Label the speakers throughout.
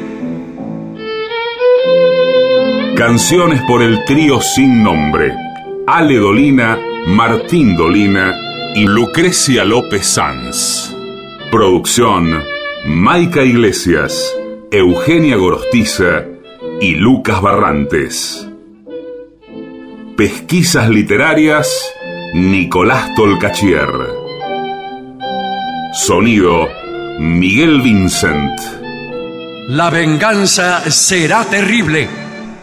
Speaker 1: Canciones por el trío sin nombre. Ale Dolina, Martín Dolina y Lucrecia López Sanz. Producción, Maica Iglesias, Eugenia Gorostiza y Lucas Barrantes. Pesquisas literarias, Nicolás Tolcachier. Sonido, Miguel Vincent.
Speaker 2: La venganza será terrible.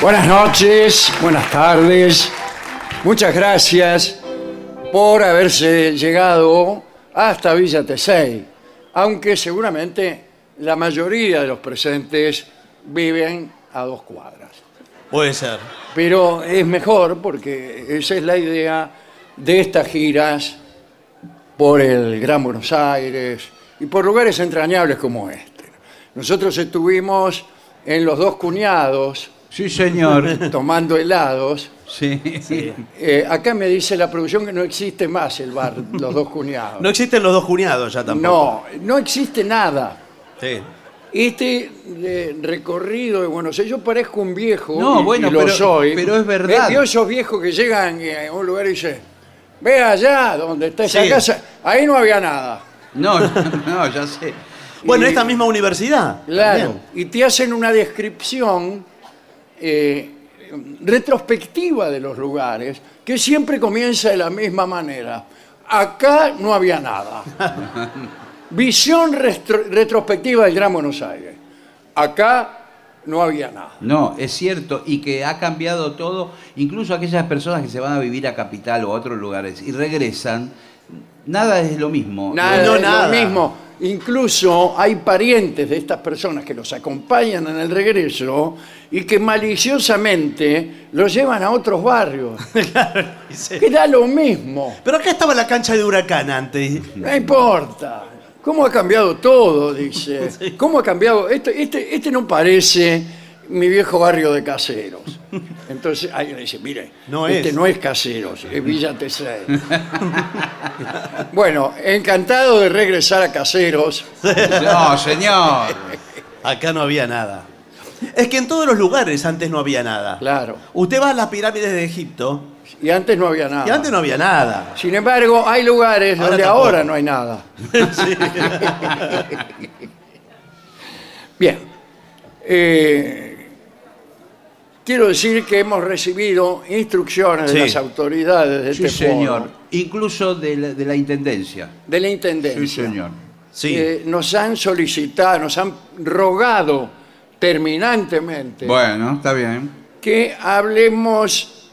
Speaker 3: Buenas noches, buenas tardes. Muchas gracias por haberse llegado hasta Villa Tesey, aunque seguramente la mayoría de los presentes viven a dos cuadras.
Speaker 4: Puede ser.
Speaker 3: Pero es mejor porque esa es la idea de estas giras por el Gran Buenos Aires y por lugares entrañables como este. Nosotros estuvimos en los dos cuñados
Speaker 5: Sí, señor.
Speaker 3: tomando helados.
Speaker 5: Sí.
Speaker 3: Eh, acá me dice la producción que no existe más el bar Los Dos Cuñados.
Speaker 4: No existen los dos cuñados ya tampoco.
Speaker 3: no, no existe nada.
Speaker 4: Sí.
Speaker 3: Este eh, recorrido de Buenos Aires, yo parezco un viejo.
Speaker 5: No,
Speaker 3: y-
Speaker 5: bueno,
Speaker 3: y lo
Speaker 5: pero-
Speaker 3: soy.
Speaker 5: pero es verdad.
Speaker 3: Eh, Yo esos viejos que llegan eh, a un lugar y dicen, ve allá donde está esa
Speaker 4: Sí.
Speaker 3: casa, ahí no había nada.
Speaker 5: No, no, ya sé.
Speaker 4: Bueno,
Speaker 3: Y-
Speaker 4: esta misma universidad.
Speaker 3: Claro.
Speaker 4: también.
Speaker 3: Y te hacen una descripción eh, retrospectiva de los lugares que siempre comienza de la misma manera. Acá no había nada. Visión restro- retrospectiva del Gran Buenos Aires. Acá no había nada.
Speaker 5: No, es cierto, y que ha cambiado todo, incluso aquellas personas que se van a vivir a Capital o a otros lugares y regresan, nada es lo mismo.
Speaker 3: Nada,
Speaker 4: No,
Speaker 3: es
Speaker 4: nada.
Speaker 3: lo mismo. Incluso hay parientes de estas personas que los acompañan en el regreso y que maliciosamente los llevan a otros barrios.
Speaker 4: Y sí.
Speaker 3: Que da lo mismo.
Speaker 4: Pero acá estaba la cancha de huracán antes.
Speaker 3: No importa. ¿Cómo ha cambiado todo? Dice. ¿Cómo ha cambiado? Este, este, este no parece mi viejo barrio de caseros. Entonces alguien dice, mire,
Speaker 4: No
Speaker 3: este
Speaker 4: es.
Speaker 3: no es caseros, es Villa Tesey. bueno, encantado de regresar a caseros.
Speaker 5: No, señor.
Speaker 4: Acá no había nada. Es que en todos los lugares antes no había nada.
Speaker 3: Claro.
Speaker 4: Usted va a las pirámides de Egipto
Speaker 3: Y antes no había nada.
Speaker 4: y antes no había nada.
Speaker 3: Sin embargo, hay lugares
Speaker 4: Ahora
Speaker 3: donde
Speaker 4: tampoco.
Speaker 3: ahora no hay nada. Bien. Eh, quiero decir que hemos recibido instrucciones
Speaker 4: Sí.
Speaker 3: de las autoridades de
Speaker 5: Sí,
Speaker 3: este foro,
Speaker 5: señor. Incluso de la, de la intendencia.
Speaker 3: de la
Speaker 5: Sí,
Speaker 3: Intendencia.
Speaker 5: señor.
Speaker 4: Sí.
Speaker 3: Eh, nos han solicitado, nos han rogado terminantemente
Speaker 5: Bueno, está bien.
Speaker 3: que hablemos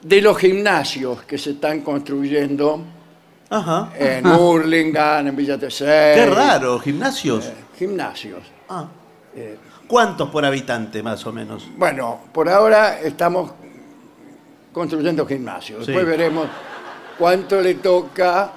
Speaker 3: de los gimnasios que se están construyendo
Speaker 4: Ajá.
Speaker 3: en Hurlingham, en Villa Tesey.
Speaker 4: Qué raro, gimnasios.
Speaker 3: eh, Gimnasios.
Speaker 4: Ah.
Speaker 3: eh.
Speaker 4: ¿Cuántos por habitante, más o menos?
Speaker 3: Bueno, por ahora estamos construyendo gimnasios.
Speaker 4: Sí.
Speaker 3: Después veremos cuánto le toca,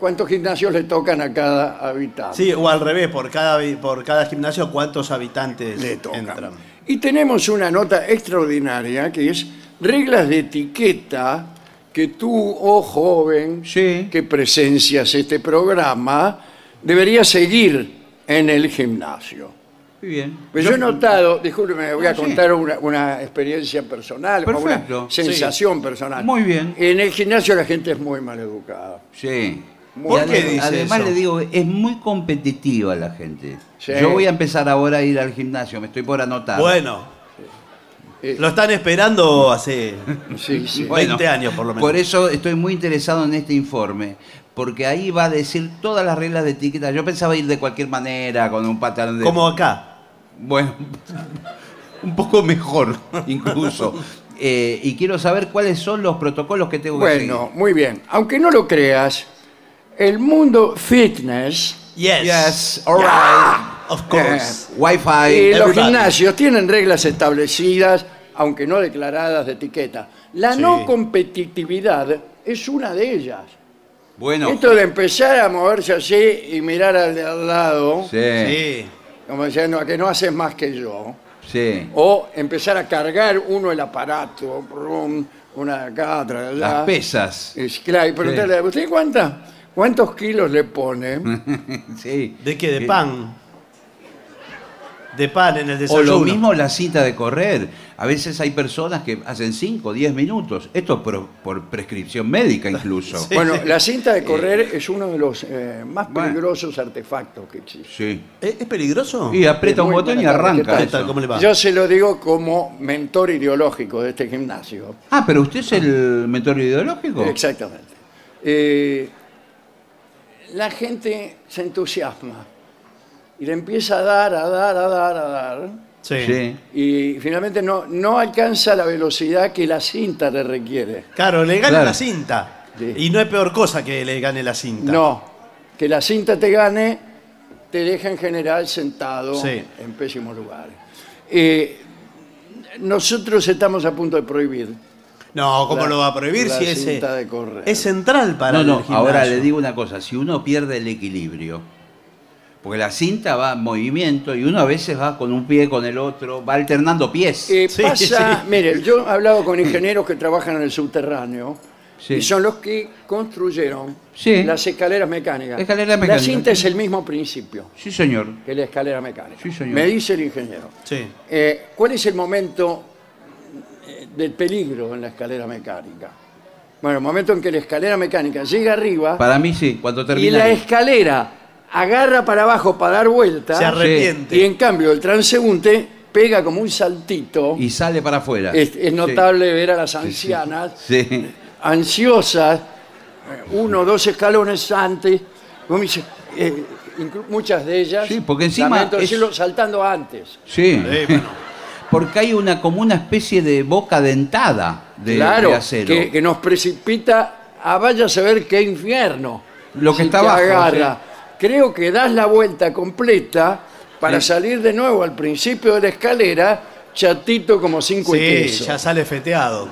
Speaker 3: cuántos gimnasios le tocan a cada habitante.
Speaker 4: Sí, o al revés, por cada, vi- por cada gimnasio, ¿cuántos habitantes
Speaker 3: le toca.
Speaker 4: entran?
Speaker 3: Y tenemos una nota extraordinaria que es reglas de etiqueta que tú, oh joven,
Speaker 5: Sí.
Speaker 3: que presencias este programa, deberías seguir en el gimnasio.
Speaker 5: Muy bien.
Speaker 3: Pero Pues yo he notado, discúlpeme, voy a
Speaker 5: Ah, sí.
Speaker 3: contar una, una experiencia personal, o
Speaker 5: Perfecto,
Speaker 3: una sensación personal.
Speaker 5: Muy bien.
Speaker 3: En el gimnasio la gente es muy mal educada.
Speaker 5: Sí. Y
Speaker 3: ¿Por
Speaker 4: qué
Speaker 5: ade-
Speaker 4: dice
Speaker 5: Además
Speaker 4: eso?
Speaker 5: le digo, es muy competitiva la gente.
Speaker 3: Sí.
Speaker 5: Yo voy a empezar ahora a ir al gimnasio, me estoy por anotar.
Speaker 4: Bueno,
Speaker 3: Eh,
Speaker 4: lo están esperando hace
Speaker 3: sí, sí.
Speaker 5: Bueno,
Speaker 4: 20 años por lo menos.
Speaker 5: Por eso estoy muy interesado en este informe, porque ahí va a decir todas las reglas de etiqueta. Yo pensaba ir de cualquier manera, con un pantalón de...
Speaker 4: Como acá.
Speaker 5: Bueno, un poco mejor incluso. Eh, y quiero saber cuáles son los protocolos que tengo que seguir.
Speaker 3: Bueno, muy bien. Aunque no lo creas, el mundo fitness
Speaker 4: Yes.
Speaker 5: Yes, all right.
Speaker 4: Of
Speaker 3: eh,
Speaker 4: course.
Speaker 5: Wi-Fi.
Speaker 3: y los
Speaker 4: everybody.
Speaker 3: gimnasios tienen reglas establecidas, aunque no declaradas de etiqueta. La
Speaker 4: Sí.
Speaker 3: no competitividad es una de ellas.
Speaker 5: Bueno.
Speaker 3: Esto de empezar a moverse así y mirar al de al lado,
Speaker 5: Sí,
Speaker 4: Sí.
Speaker 3: como diciendo a que no haces más que yo,
Speaker 5: sí.
Speaker 3: o empezar a cargar uno el aparato, brum, una de acá, otra de allá.
Speaker 5: Las pesas.
Speaker 3: Es claro, y preguntarle, ¿usted cuánta- cuántos kilos le pone?
Speaker 5: Mm. Sí.
Speaker 4: ¿De qué?
Speaker 5: Eh,
Speaker 4: ¿De pan? De pan en el
Speaker 5: O
Speaker 4: desayuno.
Speaker 5: lo mismo la cita de correr. A veces hay personas que hacen 5, 10 minutos. Esto por, por prescripción médica incluso.
Speaker 4: Sí.
Speaker 3: Bueno, la cinta de correr es uno de los eh, más
Speaker 5: Bueno.
Speaker 3: peligrosos artefactos que existen.
Speaker 5: Sí.
Speaker 4: ¿Eh? ¿Es, es peligroso?
Speaker 5: Y aprieta
Speaker 3: Es
Speaker 5: un
Speaker 3: muy
Speaker 5: botón y
Speaker 3: buena tarde,
Speaker 5: arranca.
Speaker 3: ¿qué
Speaker 4: ¿Qué tal?
Speaker 5: eso.
Speaker 4: ¿Cómo le va?
Speaker 3: Yo se lo digo como mentor ideológico de este gimnasio.
Speaker 5: Ah, pero usted es el mentor ideológico.
Speaker 3: Exactamente. Eh, la gente se entusiasma y le empieza a dar, a dar, a dar, a dar.
Speaker 4: Sí.
Speaker 5: Sí.
Speaker 3: Y finalmente no, no alcanza la velocidad que la cinta le requiere.
Speaker 4: Claro, le gana
Speaker 5: Claro.
Speaker 4: la cinta.
Speaker 3: Sí.
Speaker 4: Y no es peor cosa que le gane la cinta.
Speaker 3: No, que la cinta te gane, te deja en general sentado
Speaker 4: Sí.
Speaker 3: en pésimos lugares. Eh, nosotros estamos a punto de prohibir.
Speaker 4: No, ¿cómo
Speaker 3: La-
Speaker 4: lo va a prohibir
Speaker 3: la
Speaker 4: si es,
Speaker 3: cinta de correr.
Speaker 4: es central para
Speaker 5: No,
Speaker 4: el
Speaker 5: no,
Speaker 4: gimnasio?
Speaker 5: ahora le digo una cosa. Si uno pierde el equilibrio, porque la cinta va en movimiento y uno a veces va con un pie, con el otro, va alternando pies.
Speaker 3: Eh,
Speaker 4: Sí,
Speaker 3: pasa,
Speaker 4: sí.
Speaker 3: mire, yo he hablado con ingenieros que trabajan en el subterráneo
Speaker 5: Sí.
Speaker 3: y son los que construyeron
Speaker 5: Sí.
Speaker 3: las escaleras mecánicas.
Speaker 5: Escaleras mecánicas.
Speaker 3: La cinta es el mismo principio
Speaker 5: Sí, señor.
Speaker 3: que la escalera mecánica.
Speaker 5: Sí, señor.
Speaker 3: Me dice el ingeniero.
Speaker 4: Sí.
Speaker 3: Eh, ¿Cuál es el momento eh, del peligro en la escalera mecánica? Bueno, el momento en que la escalera mecánica llega arriba
Speaker 5: Para mí sí, cuando
Speaker 3: y
Speaker 5: termina.
Speaker 3: la
Speaker 5: ahí.
Speaker 3: escalera agarra para abajo para dar vuelta
Speaker 4: Se arrepiente.
Speaker 3: y en cambio el transeúnte pega como un saltito.
Speaker 5: Y sale para afuera.
Speaker 3: Es,
Speaker 5: Sí.
Speaker 3: es notable ver a las ancianas
Speaker 5: Sí.
Speaker 3: ansiosas, eh, uno o dos escalones antes, como dice, eh, inclu- muchas de ellas,
Speaker 5: Sí, porque encima
Speaker 3: lamento
Speaker 5: es-
Speaker 3: decirlo, saltando antes.
Speaker 5: Sí.
Speaker 4: Eh, bueno.
Speaker 5: Porque hay una como una especie de boca dentada de,
Speaker 3: claro,
Speaker 5: de acero.
Speaker 3: Que, que nos precipita a vaya a saber qué infierno.
Speaker 5: Lo que
Speaker 3: si
Speaker 5: está
Speaker 3: te
Speaker 5: abajo,
Speaker 3: agarra. Creo que das la vuelta completa para
Speaker 5: Sí.
Speaker 3: salir de nuevo al principio de la escalera, chatito como cinco y
Speaker 4: Sí,
Speaker 3: queso.
Speaker 4: ya sale feteado.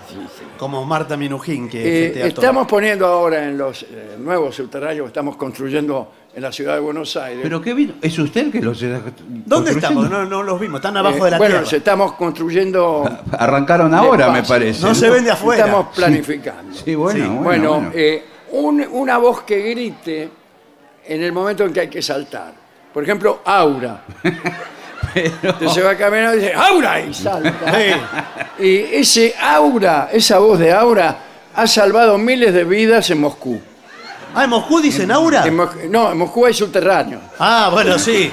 Speaker 4: Como Marta Minujín que
Speaker 3: Eh,
Speaker 4: fetea todo.
Speaker 3: estamos poniendo ahora en los eh, nuevos subterráneos que estamos construyendo en la ciudad de Buenos Aires.
Speaker 5: Pero qué vino, es usted que los era construyendo?
Speaker 4: ¿Dónde estamos? No, no los vimos, están abajo
Speaker 3: Eh,
Speaker 4: de la
Speaker 3: bueno,
Speaker 4: tierra.
Speaker 3: nos estamos construyendo.
Speaker 5: Arrancaron ahora, me
Speaker 3: Despacio.
Speaker 5: parece.
Speaker 4: No se ven de afuera.
Speaker 3: Estamos planificando.
Speaker 5: Sí, bueno,
Speaker 4: Sí.
Speaker 5: bueno.
Speaker 3: bueno,
Speaker 5: bueno.
Speaker 3: eh, un- una voz que grite en el momento en que hay que saltar. Por ejemplo, Aura. Usted se va caminando y dice, ¡Aura! Y salta. Y ese Aura, esa voz de Aura, ha salvado miles de vidas en Moscú.
Speaker 4: Ah, en Moscú dicen Aura.
Speaker 3: En Mos- no, en Moscú hay subterráneos.
Speaker 4: Ah, bueno, sí.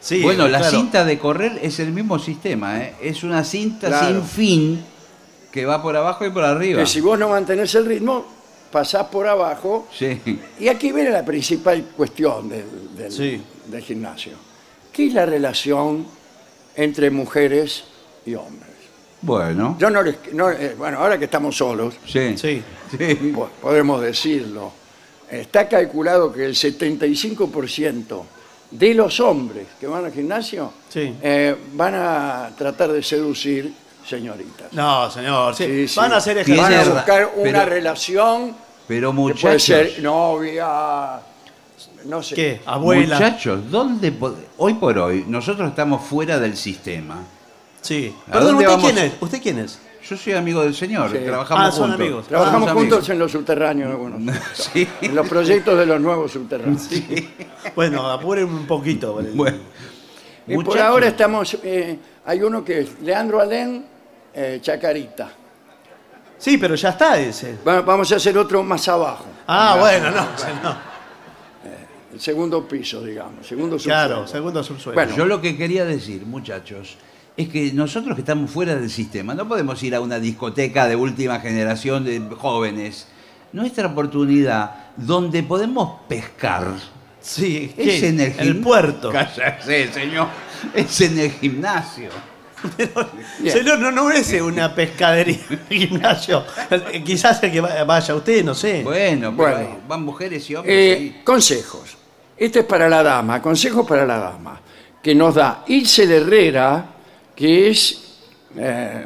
Speaker 4: Sí,
Speaker 5: Bueno, la
Speaker 4: claro.
Speaker 5: cinta de correr es el mismo sistema, ¿eh? es una cinta
Speaker 3: Claro.
Speaker 5: sin fin que va por abajo y por arriba.
Speaker 3: Que si vos no mantenés el ritmo, pasás por abajo
Speaker 5: Sí.
Speaker 3: Y aquí viene la principal cuestión del, del-
Speaker 4: Sí.
Speaker 3: del gimnasio. ¿Qué es la relación entre mujeres y hombres?
Speaker 5: Bueno.
Speaker 3: Yo no les- no, eh, bueno, ahora que estamos solos,
Speaker 5: Sí.
Speaker 4: Sí.
Speaker 5: Sí.
Speaker 3: po- podemos decirlo. Está calculado que el 75% de los hombres que van al gimnasio
Speaker 4: Sí.
Speaker 3: eh, van a tratar de seducir señoritas.
Speaker 4: No, señor. sí.
Speaker 3: Sí, sí.
Speaker 4: Van a hacer
Speaker 5: Tiene
Speaker 3: Van a
Speaker 5: Tiene
Speaker 4: ejercicio.
Speaker 3: buscar una
Speaker 5: pero-
Speaker 3: relación
Speaker 5: Pero
Speaker 3: que puede
Speaker 5: muchachos.
Speaker 3: ser novia, no sé.
Speaker 4: ¿Qué? Abuela.
Speaker 5: Muchachos, ¿dónde pod- hoy por hoy nosotros estamos fuera del sistema?
Speaker 4: Sí.
Speaker 5: ¿A
Speaker 4: Perdón,
Speaker 5: dónde
Speaker 4: ¿usted
Speaker 5: vamos?
Speaker 4: quién es? ¿Usted quién es?
Speaker 5: Yo soy amigo del señor,
Speaker 3: Sí.
Speaker 5: trabajamos
Speaker 4: Ah, son
Speaker 5: juntos.
Speaker 4: amigos.
Speaker 3: Trabajamos
Speaker 5: Somos
Speaker 3: juntos
Speaker 5: amigos.
Speaker 3: en los subterráneos de Buenos Aires.
Speaker 5: Sí.
Speaker 3: En los proyectos de los nuevos subterráneos.
Speaker 4: Bueno, apuren un poquito.
Speaker 5: Bueno,
Speaker 3: Y por
Speaker 5: muchachos,
Speaker 3: ahora estamos. eh, hay uno que es Leandro Alén, eh, Chacarita.
Speaker 4: Sí, pero ya está ese.
Speaker 3: Va- vamos a hacer otro más abajo,
Speaker 4: Ah, bueno, no, señor.
Speaker 3: el segundo piso, digamos. Segundo
Speaker 4: Claro,
Speaker 3: subsuelo.
Speaker 4: segundo subsuelo.
Speaker 3: Bueno.
Speaker 5: Yo lo que quería decir, muchachos, es que nosotros que estamos fuera del sistema, no podemos ir a una discoteca de última generación de jóvenes. Nuestra oportunidad, donde podemos pescar,
Speaker 4: Sí,
Speaker 5: es
Speaker 4: ¿qué?
Speaker 5: en el, gim-
Speaker 4: puerto.
Speaker 5: Cállese, señor. Es en el gimnasio.
Speaker 3: Bien.
Speaker 4: Señor, no, no es una pescadería, gimnasio. Eh, Quizás el que va- vaya usted, no sé.
Speaker 5: Bueno, pero
Speaker 3: Bueno.
Speaker 5: ahí van mujeres y hombres.
Speaker 3: Eh,
Speaker 5: ahí.
Speaker 3: consejos. Este es para la dama, consejos para la dama, que nos da Ilse de Herrera, que es eh,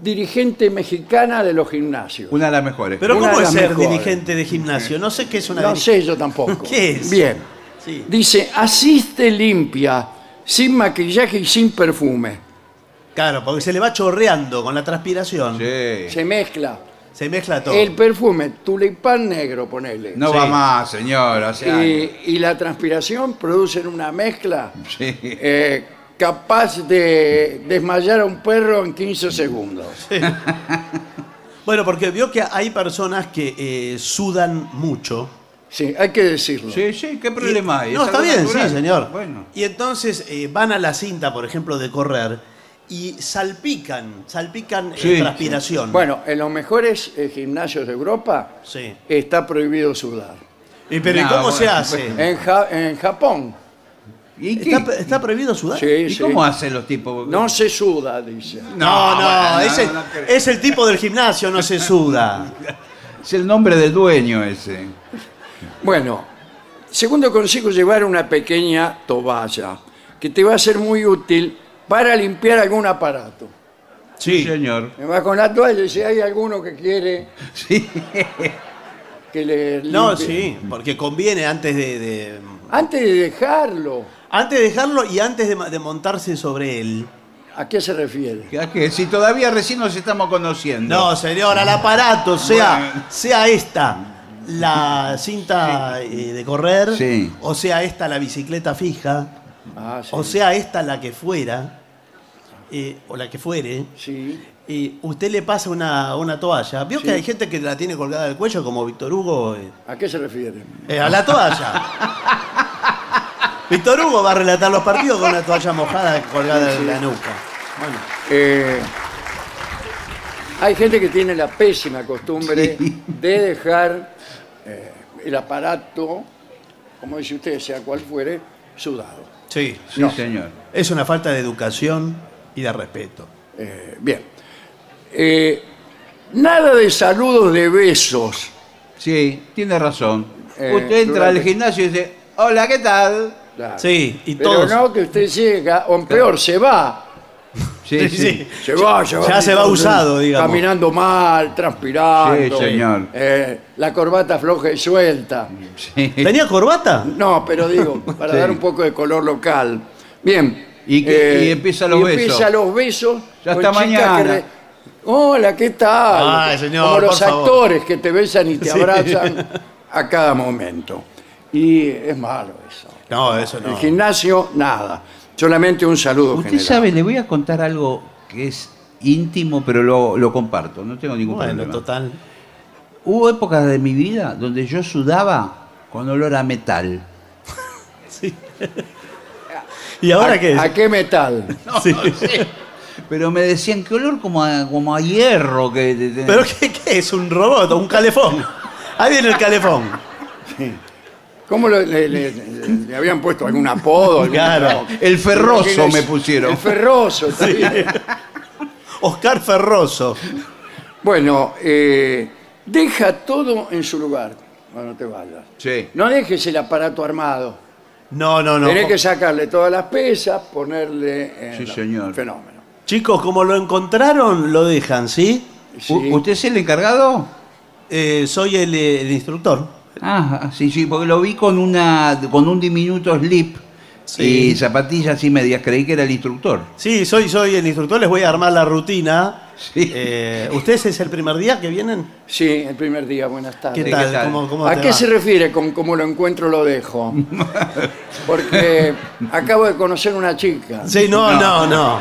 Speaker 3: dirigente mexicana de los gimnasios.
Speaker 5: Una de las mejores.
Speaker 4: Pero
Speaker 3: una
Speaker 4: ¿cómo
Speaker 3: de
Speaker 4: es
Speaker 3: las
Speaker 4: ser
Speaker 3: mejores.
Speaker 4: dirigente de gimnasio? No sé qué es una
Speaker 3: No
Speaker 4: diri-
Speaker 3: sé yo tampoco.
Speaker 4: ¿Qué es?
Speaker 3: Bien.
Speaker 4: Sí.
Speaker 3: Dice, asiste limpia, sin maquillaje y sin perfume.
Speaker 4: Claro, porque se le va chorreando con la transpiración.
Speaker 5: Sí.
Speaker 3: Se mezcla.
Speaker 4: Se mezcla todo.
Speaker 3: El perfume, tulipán negro, ponele.
Speaker 5: No
Speaker 4: Sí.
Speaker 5: va más, señor. hace años.
Speaker 3: y, y la transpiración producen una mezcla
Speaker 5: Sí.
Speaker 3: eh, capaz de desmayar a un perro en 15 segundos.
Speaker 4: Bueno, porque vio que hay personas que eh, sudan mucho.
Speaker 3: Sí, hay que decirlo.
Speaker 5: Sí, sí, ¿qué problema
Speaker 4: Y-
Speaker 5: hay?
Speaker 4: No,
Speaker 5: Es
Speaker 4: está
Speaker 5: algo
Speaker 4: bien,
Speaker 5: natural.
Speaker 4: sí, señor.
Speaker 5: Bueno.
Speaker 4: Y entonces eh, van a la cinta, por ejemplo, de correr y salpican, salpican eh,
Speaker 5: Sí,
Speaker 4: transpiración.
Speaker 3: Bueno, en los mejores eh, gimnasios de Europa
Speaker 4: Sí.
Speaker 3: está prohibido sudar.
Speaker 4: Y, pero ¿y
Speaker 5: No,
Speaker 4: cómo
Speaker 5: bueno,
Speaker 4: se hace?
Speaker 3: En, Ja- en Japón,
Speaker 5: ¿Y qué?
Speaker 4: ¿Está, está prohibido sudar?
Speaker 3: Sí.
Speaker 5: ¿Y cómo hacen los tipos?
Speaker 3: no se suda, dice.
Speaker 4: No, no,
Speaker 5: bueno,
Speaker 4: ese-
Speaker 5: no, no creo.
Speaker 4: es el tipo del gimnasio, no se suda.
Speaker 5: Es el nombre del dueño ese.
Speaker 3: Bueno, segundo consejo, llevar una pequeña toalla que te va a ser muy útil para limpiar algún aparato.
Speaker 5: Sí, señor.
Speaker 3: Me va con la toalla y si hay alguno que quiere
Speaker 5: Sí.
Speaker 3: que le
Speaker 4: No,
Speaker 3: limpie.
Speaker 4: sí, porque conviene antes de, de-
Speaker 3: Antes de dejarlo,
Speaker 4: antes de dejarlo y antes de, ma- de montarse sobre él.
Speaker 3: ¿a qué se refiere?
Speaker 5: ¿A qué? Si todavía recién nos estamos conociendo.
Speaker 4: No, señor, al aparato, sea,
Speaker 5: Bueno.
Speaker 4: sea esta la cinta eh, de correr,
Speaker 5: Sí.
Speaker 4: o sea esta la bicicleta fija,
Speaker 3: Ah, sí.
Speaker 4: o sea esta la que fuera, eh, o la que fuere,
Speaker 3: Sí.
Speaker 4: y usted le pasa una, una toalla. Vio
Speaker 3: Sí.
Speaker 4: que hay gente que la tiene colgada del cuello, como Víctor Hugo. eh,
Speaker 3: ¿A qué se refiere?
Speaker 4: Eh, a la toalla. Víctor Hugo va a relatar los partidos con una toalla mojada colgada de la nuca.
Speaker 3: Bueno, eh, hay gente que tiene la pésima costumbre de dejar eh, el aparato, como dice usted, sea cual fuere, sudado.
Speaker 4: Sí.
Speaker 5: Sí, señor.
Speaker 4: Es una falta de educación y de respeto.
Speaker 3: Eh, bien. Eh, nada de saludos de besos.
Speaker 5: Sí, tiene razón.
Speaker 3: Eh,
Speaker 5: Usted entra al
Speaker 3: durante-
Speaker 5: gimnasio y dice, hola, ¿qué tal?
Speaker 3: Claro.
Speaker 4: Sí, y
Speaker 3: Pero
Speaker 4: todos.
Speaker 3: no que usted llega, o en peor, se va.
Speaker 5: Sí, sí.
Speaker 3: Se va, se va.
Speaker 4: Ya se va usado, digamos.
Speaker 3: Caminando mal, transpirando.
Speaker 5: Sí, señor.
Speaker 3: Eh, la corbata floja y suelta.
Speaker 5: Sí.
Speaker 4: ¿Tenía corbata?
Speaker 3: No, pero digo, para
Speaker 5: Sí.
Speaker 3: dar un poco de color local. Bien. Eh,
Speaker 5: Y que- y empieza los
Speaker 3: y
Speaker 5: besos.
Speaker 3: empieza los besos.
Speaker 5: Ya
Speaker 3: con
Speaker 5: hasta
Speaker 3: chicas que
Speaker 5: mañana.
Speaker 3: re- Hola, ¿qué tal?
Speaker 4: Ay, señor,
Speaker 3: Como los
Speaker 4: por favor.
Speaker 3: actores que te besan y te abrazan a cada momento. Y es malo eso.
Speaker 4: No, eso
Speaker 3: En El
Speaker 4: no.
Speaker 3: gimnasio, nada. Solamente un saludo
Speaker 5: Usted
Speaker 3: general.
Speaker 5: sabe, le voy a contar algo que es íntimo, pero lo, lo comparto. No tengo ningún
Speaker 4: Bueno,
Speaker 5: problema.
Speaker 4: total.
Speaker 5: Hubo épocas de mi vida donde yo sudaba con olor a metal.
Speaker 4: ¿Y ahora
Speaker 3: ¿A-
Speaker 4: qué es?
Speaker 3: ¿A qué metal?
Speaker 4: Sí.
Speaker 5: Pero me decían que olor como a, como a hierro que te- te-
Speaker 4: ¿Pero qué, qué es? ¿Un robot o un calefón? Ahí viene el calefón.
Speaker 3: ¿Cómo lo- le, le- le- le habían puesto algún apodo? algún-
Speaker 4: Claro.
Speaker 3: no.
Speaker 5: El ferroso
Speaker 3: Imagínese,
Speaker 5: me pusieron.
Speaker 3: El ferroso, está bien.
Speaker 4: Oscar Ferroso.
Speaker 3: Bueno, eh, deja todo en su lugar cuando te vayas.
Speaker 5: Sí.
Speaker 3: No dejes el aparato armado.
Speaker 4: No, no, no.
Speaker 3: Tenés que sacarle todas las pesas, ponerle. eh,
Speaker 5: Sí,
Speaker 3: la-
Speaker 5: señor.
Speaker 3: Fenómeno.
Speaker 4: Chicos, como lo encontraron, lo dejan, ¿sí?
Speaker 3: Sí.
Speaker 5: U- ¿Usted es el encargado?
Speaker 4: Eh, soy el, eh, el instructor.
Speaker 5: Ah, sí, sí, porque lo vi con una con un diminuto slip
Speaker 4: Sí. Ah,
Speaker 5: y zapatillas y medias. Creí que era el instructor.
Speaker 4: Sí, soy, soy el instructor, les voy a armar la rutina.
Speaker 5: Sí.
Speaker 4: Eh, ¿Ustedes es el primer día que vienen?
Speaker 3: Sí, el primer día, buenas
Speaker 4: ¿Qué
Speaker 3: tardes.
Speaker 4: tal?
Speaker 5: tal?
Speaker 4: ¿Cómo, cómo
Speaker 3: ¿A
Speaker 4: te
Speaker 3: qué
Speaker 4: va?
Speaker 3: se refiere con cómo lo encuentro lo dejo? Porque acabo de conocer una chica.
Speaker 4: Sí, no, no, no.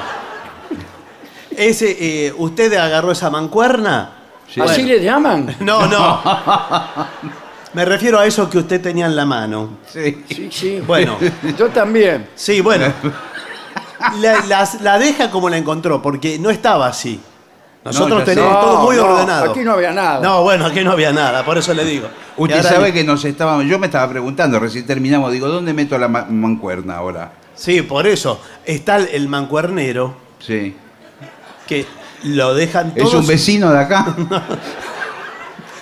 Speaker 4: Ese, eh, ¿Usted agarró esa mancuerna?
Speaker 5: Sí.
Speaker 3: ¿Así
Speaker 5: Bueno.
Speaker 3: le llaman?
Speaker 4: No, no. Me refiero a eso que usted tenía en la mano.
Speaker 5: Sí.
Speaker 3: Sí, sí.
Speaker 4: Bueno,
Speaker 3: Yo también.
Speaker 4: sí, bueno. La, las- la deja como la encontró, porque no estaba así. Nosotros
Speaker 5: No, ya sé.
Speaker 4: tenemos todo muy
Speaker 3: no,
Speaker 4: ordenado.
Speaker 3: Aquí no había nada.
Speaker 4: No, bueno, aquí no había nada, por eso le digo. Y
Speaker 5: Usted
Speaker 4: ahora-
Speaker 5: sabe que nos estábamos. Yo me estaba preguntando, recién terminamos, digo, ¿dónde meto la ma- mancuerna ahora?
Speaker 4: Sí, por eso. Está el- el mancuernero
Speaker 5: Sí.
Speaker 4: que lo dejan
Speaker 5: ¿Es
Speaker 4: todos.
Speaker 5: un vecino de acá?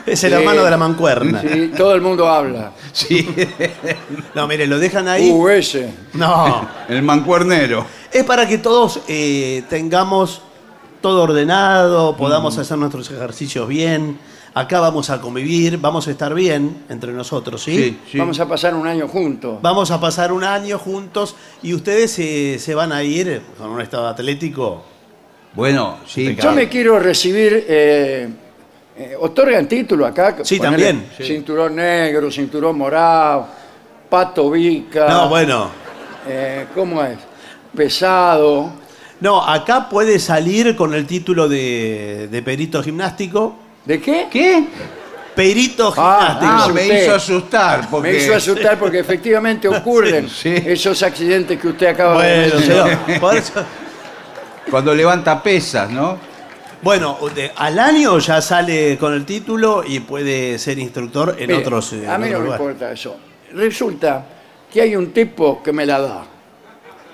Speaker 4: Es el
Speaker 3: Sí.
Speaker 4: hermano de la mancuerna.
Speaker 3: Sí, todo el mundo habla.
Speaker 5: Sí.
Speaker 4: No, mire, lo dejan ahí.
Speaker 3: Uh, ese.
Speaker 4: No.
Speaker 5: El mancuernero.
Speaker 4: Es para que todos eh, tengamos todo ordenado, podamos hacer nuestros ejercicios bien. Acá vamos a convivir, vamos a estar bien entre nosotros, ¿sí?
Speaker 3: Vamos a pasar un año juntos.
Speaker 4: Vamos a pasar un año juntos y ustedes eh, se van a ir con un estado atlético.
Speaker 5: Bueno, sí.
Speaker 3: Yo me quiero recibir. eh, eh, otorgan título acá.
Speaker 4: Sí,
Speaker 3: Ponele
Speaker 4: también. Sí.
Speaker 3: Cinturón negro, cinturón morado, pato vica.
Speaker 4: No, bueno.
Speaker 3: eh, ¿Cómo es? Pesado.
Speaker 4: No, acá puede salir con el título de, de perito gimnástico.
Speaker 3: ¿De qué?
Speaker 5: ¿Qué?
Speaker 4: Perito
Speaker 3: Ah,
Speaker 4: gimnástico.
Speaker 5: Ah, me
Speaker 3: asusté.
Speaker 5: hizo asustar. Porque...
Speaker 3: Me hizo asustar porque efectivamente ocurren
Speaker 5: Sí, sí.
Speaker 3: esos accidentes que usted acaba de
Speaker 4: Bueno,
Speaker 3: mencionar.
Speaker 4: señor, por eso-
Speaker 5: Cuando levanta pesas, ¿no?
Speaker 4: bueno, de- al año ya sale con el título y puede ser instructor en
Speaker 3: Mire,
Speaker 4: otros. eh,
Speaker 3: a
Speaker 4: en
Speaker 3: mí no
Speaker 4: otros
Speaker 3: me
Speaker 4: lugares.
Speaker 3: importa eso. Resulta que hay un tipo que me la da.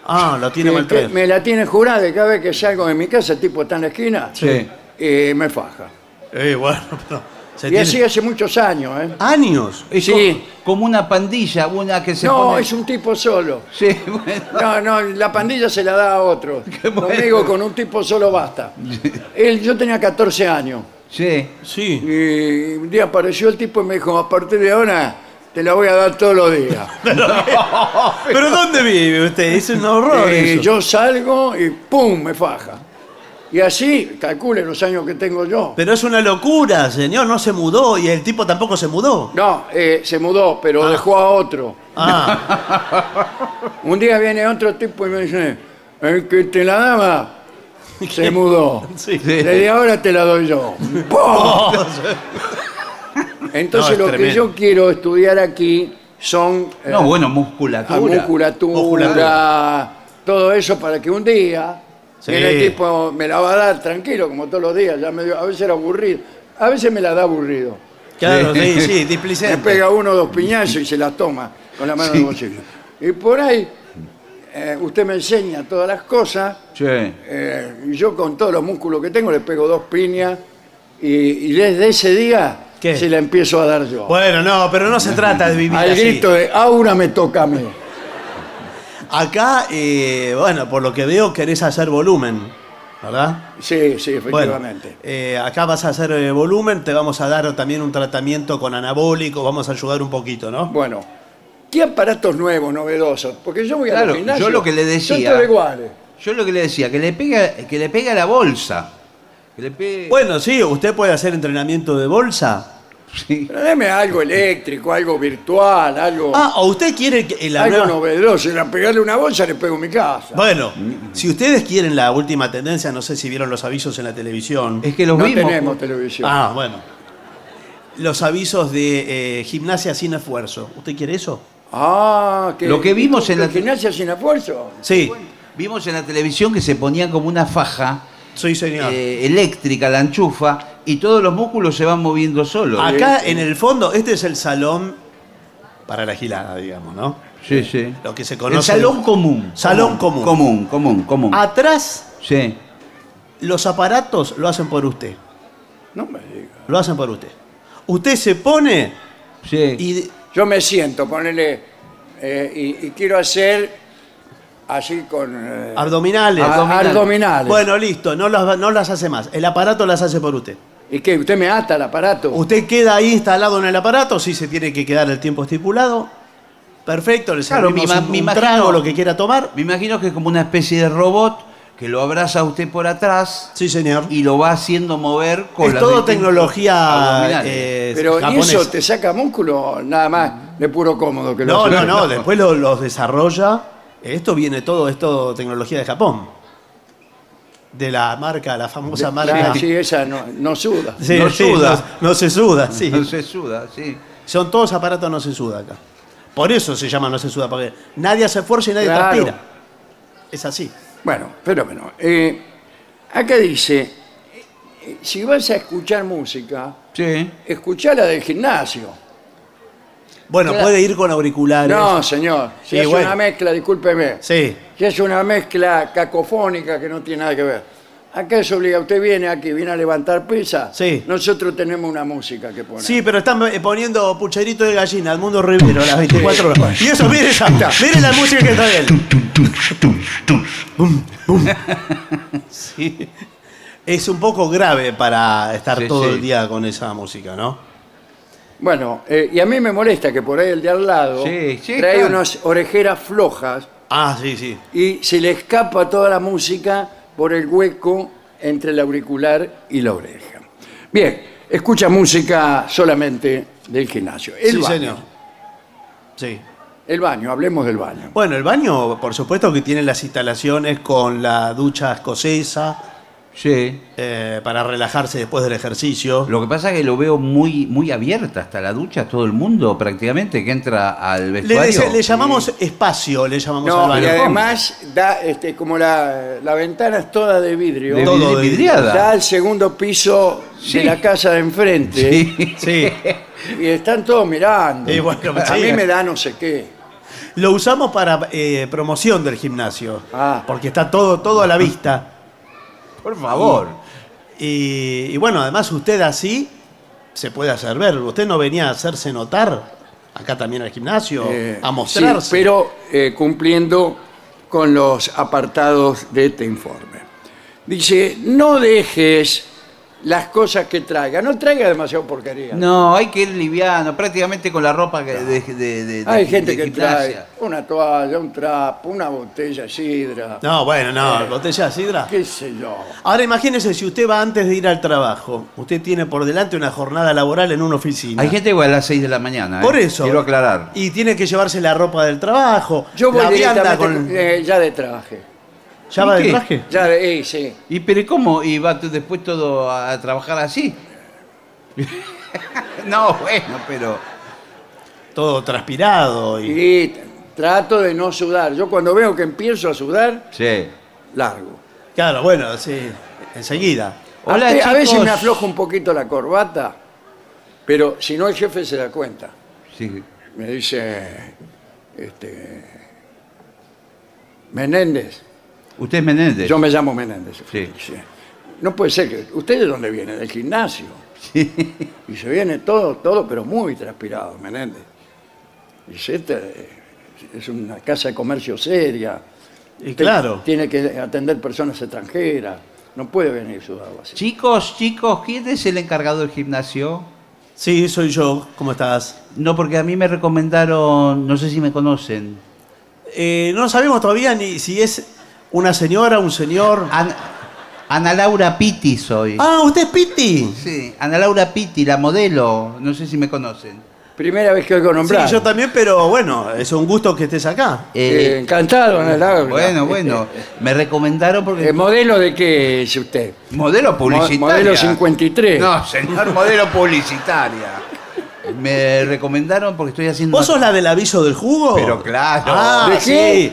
Speaker 4: Ah, lo tiene
Speaker 3: que-
Speaker 4: mal
Speaker 3: Eh, que
Speaker 4: traído.
Speaker 3: me la tiene jurada y cada vez que salgo de mi casa, el tipo está en la esquina
Speaker 5: Sí.
Speaker 3: y me faja.
Speaker 4: Eh, bueno, pero se
Speaker 3: Y
Speaker 4: tiene- Ah,
Speaker 3: así hace muchos años. ¿eh?
Speaker 4: años.
Speaker 5: Es
Speaker 3: Sí.
Speaker 5: co- Como una pandilla, una que se
Speaker 3: No,
Speaker 5: pone...
Speaker 3: es un tipo solo.
Speaker 5: Sí, bueno.
Speaker 3: No, no, la pandilla se la da a otro.
Speaker 5: bueno.
Speaker 3: Conmigo con un tipo solo basta. Él, yo tenía 14 años.
Speaker 5: Sí.
Speaker 3: Eh.
Speaker 4: Sí.
Speaker 3: Y un día apareció el tipo y me dijo, a partir de ahora te la voy a dar todos los días.
Speaker 4: Pero ¿dónde vive usted? Es un horror.
Speaker 3: Eh,
Speaker 4: eso.
Speaker 3: yo salgo y ¡pum! me faja. Y así, calcule los años que tengo yo.
Speaker 4: Pero es una locura, señor. No se mudó y el tipo tampoco se mudó.
Speaker 3: No, eh, se mudó, pero dejó a otro.
Speaker 4: Ah,
Speaker 3: Un día viene otro tipo y me dice, el que te la daba se mudó.
Speaker 4: sí. Oh,
Speaker 3: Desde ahora te la doy yo. ¡Pum! Entonces
Speaker 4: No, es
Speaker 3: lo que
Speaker 4: tremendo.
Speaker 3: yo quiero estudiar aquí son eh,
Speaker 5: No, bueno,
Speaker 3: a
Speaker 5: musculatura.
Speaker 3: musculatura, todo eso para que un día
Speaker 4: Sí.
Speaker 3: viene el tipo me la va a dar tranquilo como todos los días, ya me dio- a veces era aburrido, a veces me la da aburrido.
Speaker 4: Claro, sí, sí,
Speaker 3: Me
Speaker 4: displicente.
Speaker 3: pega uno o dos piñazos y se la toma con la mano en el bolsillo. Y por ahí eh, usted me enseña todas las cosas
Speaker 5: Sí.
Speaker 3: eh, y yo con todos los músculos que tengo le pego dos piñas y, y desde ese día
Speaker 4: ¿Qué?
Speaker 3: se la empiezo a dar yo.
Speaker 4: Bueno, no, pero no se trata de vivir
Speaker 3: Al
Speaker 4: así.
Speaker 3: grito de Aura me toca a mí.
Speaker 4: Acá, eh, bueno, por lo que veo, querés hacer volumen, ¿verdad?
Speaker 3: Sí, sí,
Speaker 4: Bueno,
Speaker 3: efectivamente.
Speaker 4: eh, acá vas a hacer eh, volumen, te vamos a dar también un tratamiento con anabólico, vamos a ayudar un poquito, ¿no?
Speaker 3: Bueno, ¿qué aparatos nuevos, novedosos? Porque yo voy a
Speaker 5: Claro,
Speaker 3: los gimnasios,
Speaker 5: yo lo que le
Speaker 3: son
Speaker 5: decía-
Speaker 3: todos iguales.
Speaker 5: Yo lo que le decía, que le pega, que le pega la bolsa. Que le pegue...
Speaker 4: Bueno, sí, usted puede hacer entrenamiento de bolsa.
Speaker 5: Sí.
Speaker 3: Pero deme algo eléctrico, algo virtual, algo,
Speaker 4: Ah, o usted quiere que la
Speaker 3: algo
Speaker 4: nueva-
Speaker 3: novedoso. Era pegarle una bolsa, le pego en mi casa.
Speaker 4: Bueno,
Speaker 5: Mm,
Speaker 4: si ustedes quieren la última tendencia, no sé si vieron los avisos en la televisión.
Speaker 5: Es que los
Speaker 3: no
Speaker 5: vimos.
Speaker 3: tenemos televisión.
Speaker 4: Ah, bueno. Los avisos de eh, gimnasia sin esfuerzo. ¿Usted quiere eso?
Speaker 3: Ah,
Speaker 5: Lo que vimos en la-
Speaker 3: gimnasia sin esfuerzo.
Speaker 4: Sí,
Speaker 5: Vimos en la televisión que se ponían como una faja
Speaker 4: soy señor.
Speaker 5: eh, eléctrica, la enchufa, y todos los músculos se van moviendo solos.
Speaker 4: Acá en el fondo, este es el salón para la gilada, digamos, ¿no?
Speaker 5: Sí, sí.
Speaker 4: Eh, Lo que se
Speaker 5: El
Speaker 4: conoce.
Speaker 5: salón común.
Speaker 4: Salón común. Ah.
Speaker 5: Común, común, común.
Speaker 4: Atrás
Speaker 5: Sí.
Speaker 4: los aparatos lo hacen por usted.
Speaker 3: No me diga.
Speaker 4: Lo hacen por usted. Usted se pone
Speaker 5: Sí.
Speaker 4: y
Speaker 3: Yo me siento, ponele, eh, y, y quiero hacer así con... eh,
Speaker 4: abdominales.
Speaker 3: a- abdominales.
Speaker 4: Bueno, listo, no las, no las hace más. El aparato las hace por usted.
Speaker 3: ¿Y qué? ¿Usted me ata el aparato?
Speaker 4: Usted queda ahí instalado en el aparato, si se tiene que quedar el tiempo estipulado. Perfecto, le
Speaker 5: Claro,
Speaker 4: servimos
Speaker 5: me ima-
Speaker 4: un,
Speaker 5: me
Speaker 4: un
Speaker 5: imagino-
Speaker 4: trago, lo que quiera tomar.
Speaker 5: Me imagino que es como una especie de robot que lo abraza a usted por atrás
Speaker 4: Sí, señor.
Speaker 5: y lo va haciendo mover con
Speaker 4: es
Speaker 5: las
Speaker 4: todo
Speaker 5: distintas
Speaker 4: tecnología
Speaker 5: abdominales.
Speaker 4: eh,
Speaker 3: Pero ¿y
Speaker 4: japonesa.
Speaker 3: eso te saca músculo nada más de puro cómodo que
Speaker 4: No,
Speaker 3: lo
Speaker 4: no,
Speaker 3: hace.
Speaker 4: no, después lo- los desarrolla. Esto viene todo, es todo tecnología de Japón. De la marca, la famosa marca.
Speaker 3: Ah, sí, esa no, no suda.
Speaker 4: Sí,
Speaker 5: No
Speaker 4: sí,
Speaker 5: suda.
Speaker 4: No, no se suda, sí.
Speaker 5: No se suda, sí.
Speaker 4: Son todos aparatos no se suda acá. Por eso se llama no se suda, porque nadie hace esfuerzo y nadie
Speaker 3: Claro.
Speaker 4: transpira. Es así.
Speaker 3: Bueno, pero bueno. eh, acá dice, eh, eh, si vas a escuchar música,
Speaker 5: Sí.
Speaker 3: escuchá la del gimnasio.
Speaker 4: Bueno,
Speaker 3: Claro.
Speaker 4: puede ir con auriculares.
Speaker 3: No, señor. Si
Speaker 4: Sí,
Speaker 3: es
Speaker 4: bueno.
Speaker 3: una mezcla, discúlpeme.
Speaker 4: Sí.
Speaker 3: Si es una mezcla cacofónica que no tiene nada que ver. Acá es obligado. Usted viene aquí, viene a levantar pesa.
Speaker 4: Sí.
Speaker 3: Nosotros tenemos una música que poner.
Speaker 4: Sí, pero están eh, poniendo pucherito de gallina al mundo Rivero a las 24 horas. Y eso, mire esa, mire la música que está él. Sí. Es un poco grave para estar
Speaker 5: Sí,
Speaker 4: todo
Speaker 5: sí.
Speaker 4: el día con esa música, ¿no?
Speaker 3: Bueno, eh, y a mí me molesta que por ahí el de al lado
Speaker 5: Sí, sí,
Speaker 3: trae
Speaker 5: claro.
Speaker 3: unas orejeras flojas
Speaker 4: Ah, sí, sí.
Speaker 3: y se le escapa toda la música por el hueco entre el auricular y la oreja. Bien, escucha música solamente del gimnasio. El
Speaker 4: sí,
Speaker 3: baño.
Speaker 4: señor. Sí.
Speaker 3: El baño, hablemos del baño.
Speaker 4: Bueno, el baño, por supuesto que tiene las instalaciones con la ducha escocesa
Speaker 5: Sí.
Speaker 4: eh, para relajarse después del ejercicio.
Speaker 5: Lo que pasa es que lo veo muy, muy abierta hasta la ducha, todo el mundo prácticamente que entra al
Speaker 4: Le,
Speaker 5: vestuario.
Speaker 4: le- le llamamos espacio, le llamamos al
Speaker 3: No, y
Speaker 4: baño.
Speaker 3: además da, este, como la, la ventana es toda de vidrio,
Speaker 5: de vidri-
Speaker 4: Todo de-
Speaker 5: vidriada.
Speaker 3: da al segundo piso
Speaker 5: Sí.
Speaker 3: de la casa de enfrente
Speaker 5: Sí.
Speaker 4: Sí.
Speaker 3: y están todos mirando.
Speaker 4: Y bueno,
Speaker 3: a
Speaker 4: sí.
Speaker 3: mí me da no sé qué.
Speaker 4: Lo usamos para eh, promoción del gimnasio.
Speaker 3: Ah.
Speaker 4: Porque está todo, todo a la vista.
Speaker 5: Por favor.
Speaker 4: Y, y bueno, además usted así se puede hacer ver. Usted no venía a hacerse notar acá también al gimnasio,
Speaker 3: Eh,
Speaker 4: a mostrarse.
Speaker 3: sí, pero eh, cumpliendo con los apartados de este informe. Dice, no dejes las cosas que traiga. No traiga demasiado porquería.
Speaker 5: No, hay que ir liviano, prácticamente con la ropa que- de, de- de-
Speaker 3: Hay
Speaker 5: de-
Speaker 3: gente
Speaker 5: de
Speaker 3: que trae
Speaker 5: gimnasia.
Speaker 3: una toalla, un trapo, una botella de sidra,
Speaker 4: No, bueno, no, botella de sidra.
Speaker 3: qué sé yo.
Speaker 4: Ahora imagínese si usted va antes de ir al trabajo. Usted tiene por delante una jornada laboral en una oficina.
Speaker 5: Hay gente que va a las 6 de la mañana. ¿eh?
Speaker 4: por eso.
Speaker 5: Quiero aclarar.
Speaker 4: Y tiene que llevarse la ropa del trabajo.
Speaker 3: Yo voy
Speaker 4: la vianda
Speaker 3: directamente
Speaker 4: con.
Speaker 3: eh, ya de traje.
Speaker 4: ¿Ya va
Speaker 5: ¿Y
Speaker 4: de
Speaker 5: qué?
Speaker 4: traje?
Speaker 3: Ya de, eh, sí.
Speaker 5: ¿Y pero cómo iba t- después todo a, a trabajar así? no, bueno, pero.
Speaker 4: Todo transpirado. Y...
Speaker 3: Y trato de no sudar. Yo cuando veo que empiezo a sudar,
Speaker 5: Sí.
Speaker 3: largo.
Speaker 4: Claro, bueno, sí, enseguida.
Speaker 5: Hola,
Speaker 3: a, te- a veces
Speaker 5: chicos.
Speaker 3: me aflojo un poquito la corbata, pero si no el jefe se da cuenta.
Speaker 5: Sí.
Speaker 3: Me dice, este, Menéndez.
Speaker 5: Usted es Menéndez.
Speaker 3: Yo me llamo Menéndez.
Speaker 5: Sí.
Speaker 3: Dice, No puede ser que... ¿Usted de dónde viene? Del gimnasio. Y se viene todo, todo, pero muy transpirado, Menéndez. Dice, esta eh, es una casa de comercio seria.
Speaker 4: Y claro.
Speaker 3: Tiene que atender personas extranjeras. No puede venir sudado así.
Speaker 5: Chicos, chicos, ¿quién es el encargado del gimnasio?
Speaker 4: Sí, soy yo. ¿Cómo estás?
Speaker 5: No, porque a mí me recomendaron, no sé si me conocen.
Speaker 4: Eh, no sabemos todavía ni si es una señora, un señor.
Speaker 5: Ana, Ana Laura Pitti soy.
Speaker 4: Ah, usted es Pitti.
Speaker 5: Sí, Ana Laura Pitti, la modelo. No sé si me conocen.
Speaker 3: Primera vez que oigo
Speaker 4: Sí,
Speaker 3: nombrar.
Speaker 4: yo también, pero bueno, es un gusto que estés acá.
Speaker 3: Eh,
Speaker 5: Eh,
Speaker 3: encantado, Ana Laura.
Speaker 5: bueno, bueno. Me recomendaron porque.
Speaker 3: Eh, ¿Modelo de qué es usted?
Speaker 5: modelo publicitaria.
Speaker 3: Mo- modelo 53.
Speaker 5: No, señor, modelo publicitaria. Me recomendaron porque estoy haciendo.
Speaker 4: ¿Vos sos la del aviso del jugo?
Speaker 5: Pero claro.
Speaker 4: Ah,
Speaker 3: ¿De
Speaker 4: sí.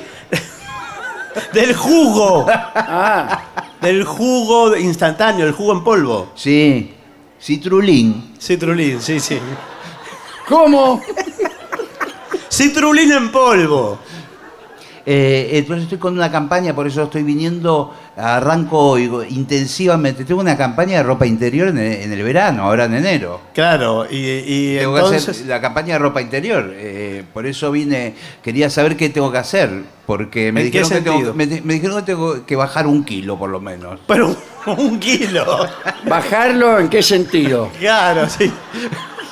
Speaker 4: del jugo.
Speaker 3: Ah,
Speaker 4: Del jugo de- instantáneo, el jugo en polvo.
Speaker 5: Sí, Citrulín.
Speaker 4: Citrulín, sí, sí.
Speaker 3: ¿cómo?
Speaker 4: Citrulín en polvo.
Speaker 5: Eh, entonces estoy con una campaña, por eso estoy viniendo, arranco digo, intensivamente. Tengo una campaña de ropa interior en el, en el verano, ahora en enero.
Speaker 4: Claro, y, y
Speaker 5: Tengo que hacer
Speaker 4: entonces...
Speaker 5: la campaña de ropa interior. eh, por eso vine, quería saber qué tengo que hacer, porque me
Speaker 4: ¿En qué
Speaker 5: dijeron, que tengo,
Speaker 4: sentido?
Speaker 5: me, di- me dijeron que tengo que bajar un kilo por lo menos.
Speaker 4: Pero un kilo.
Speaker 3: ¿Bajarlo en qué sentido?
Speaker 4: Claro, sí.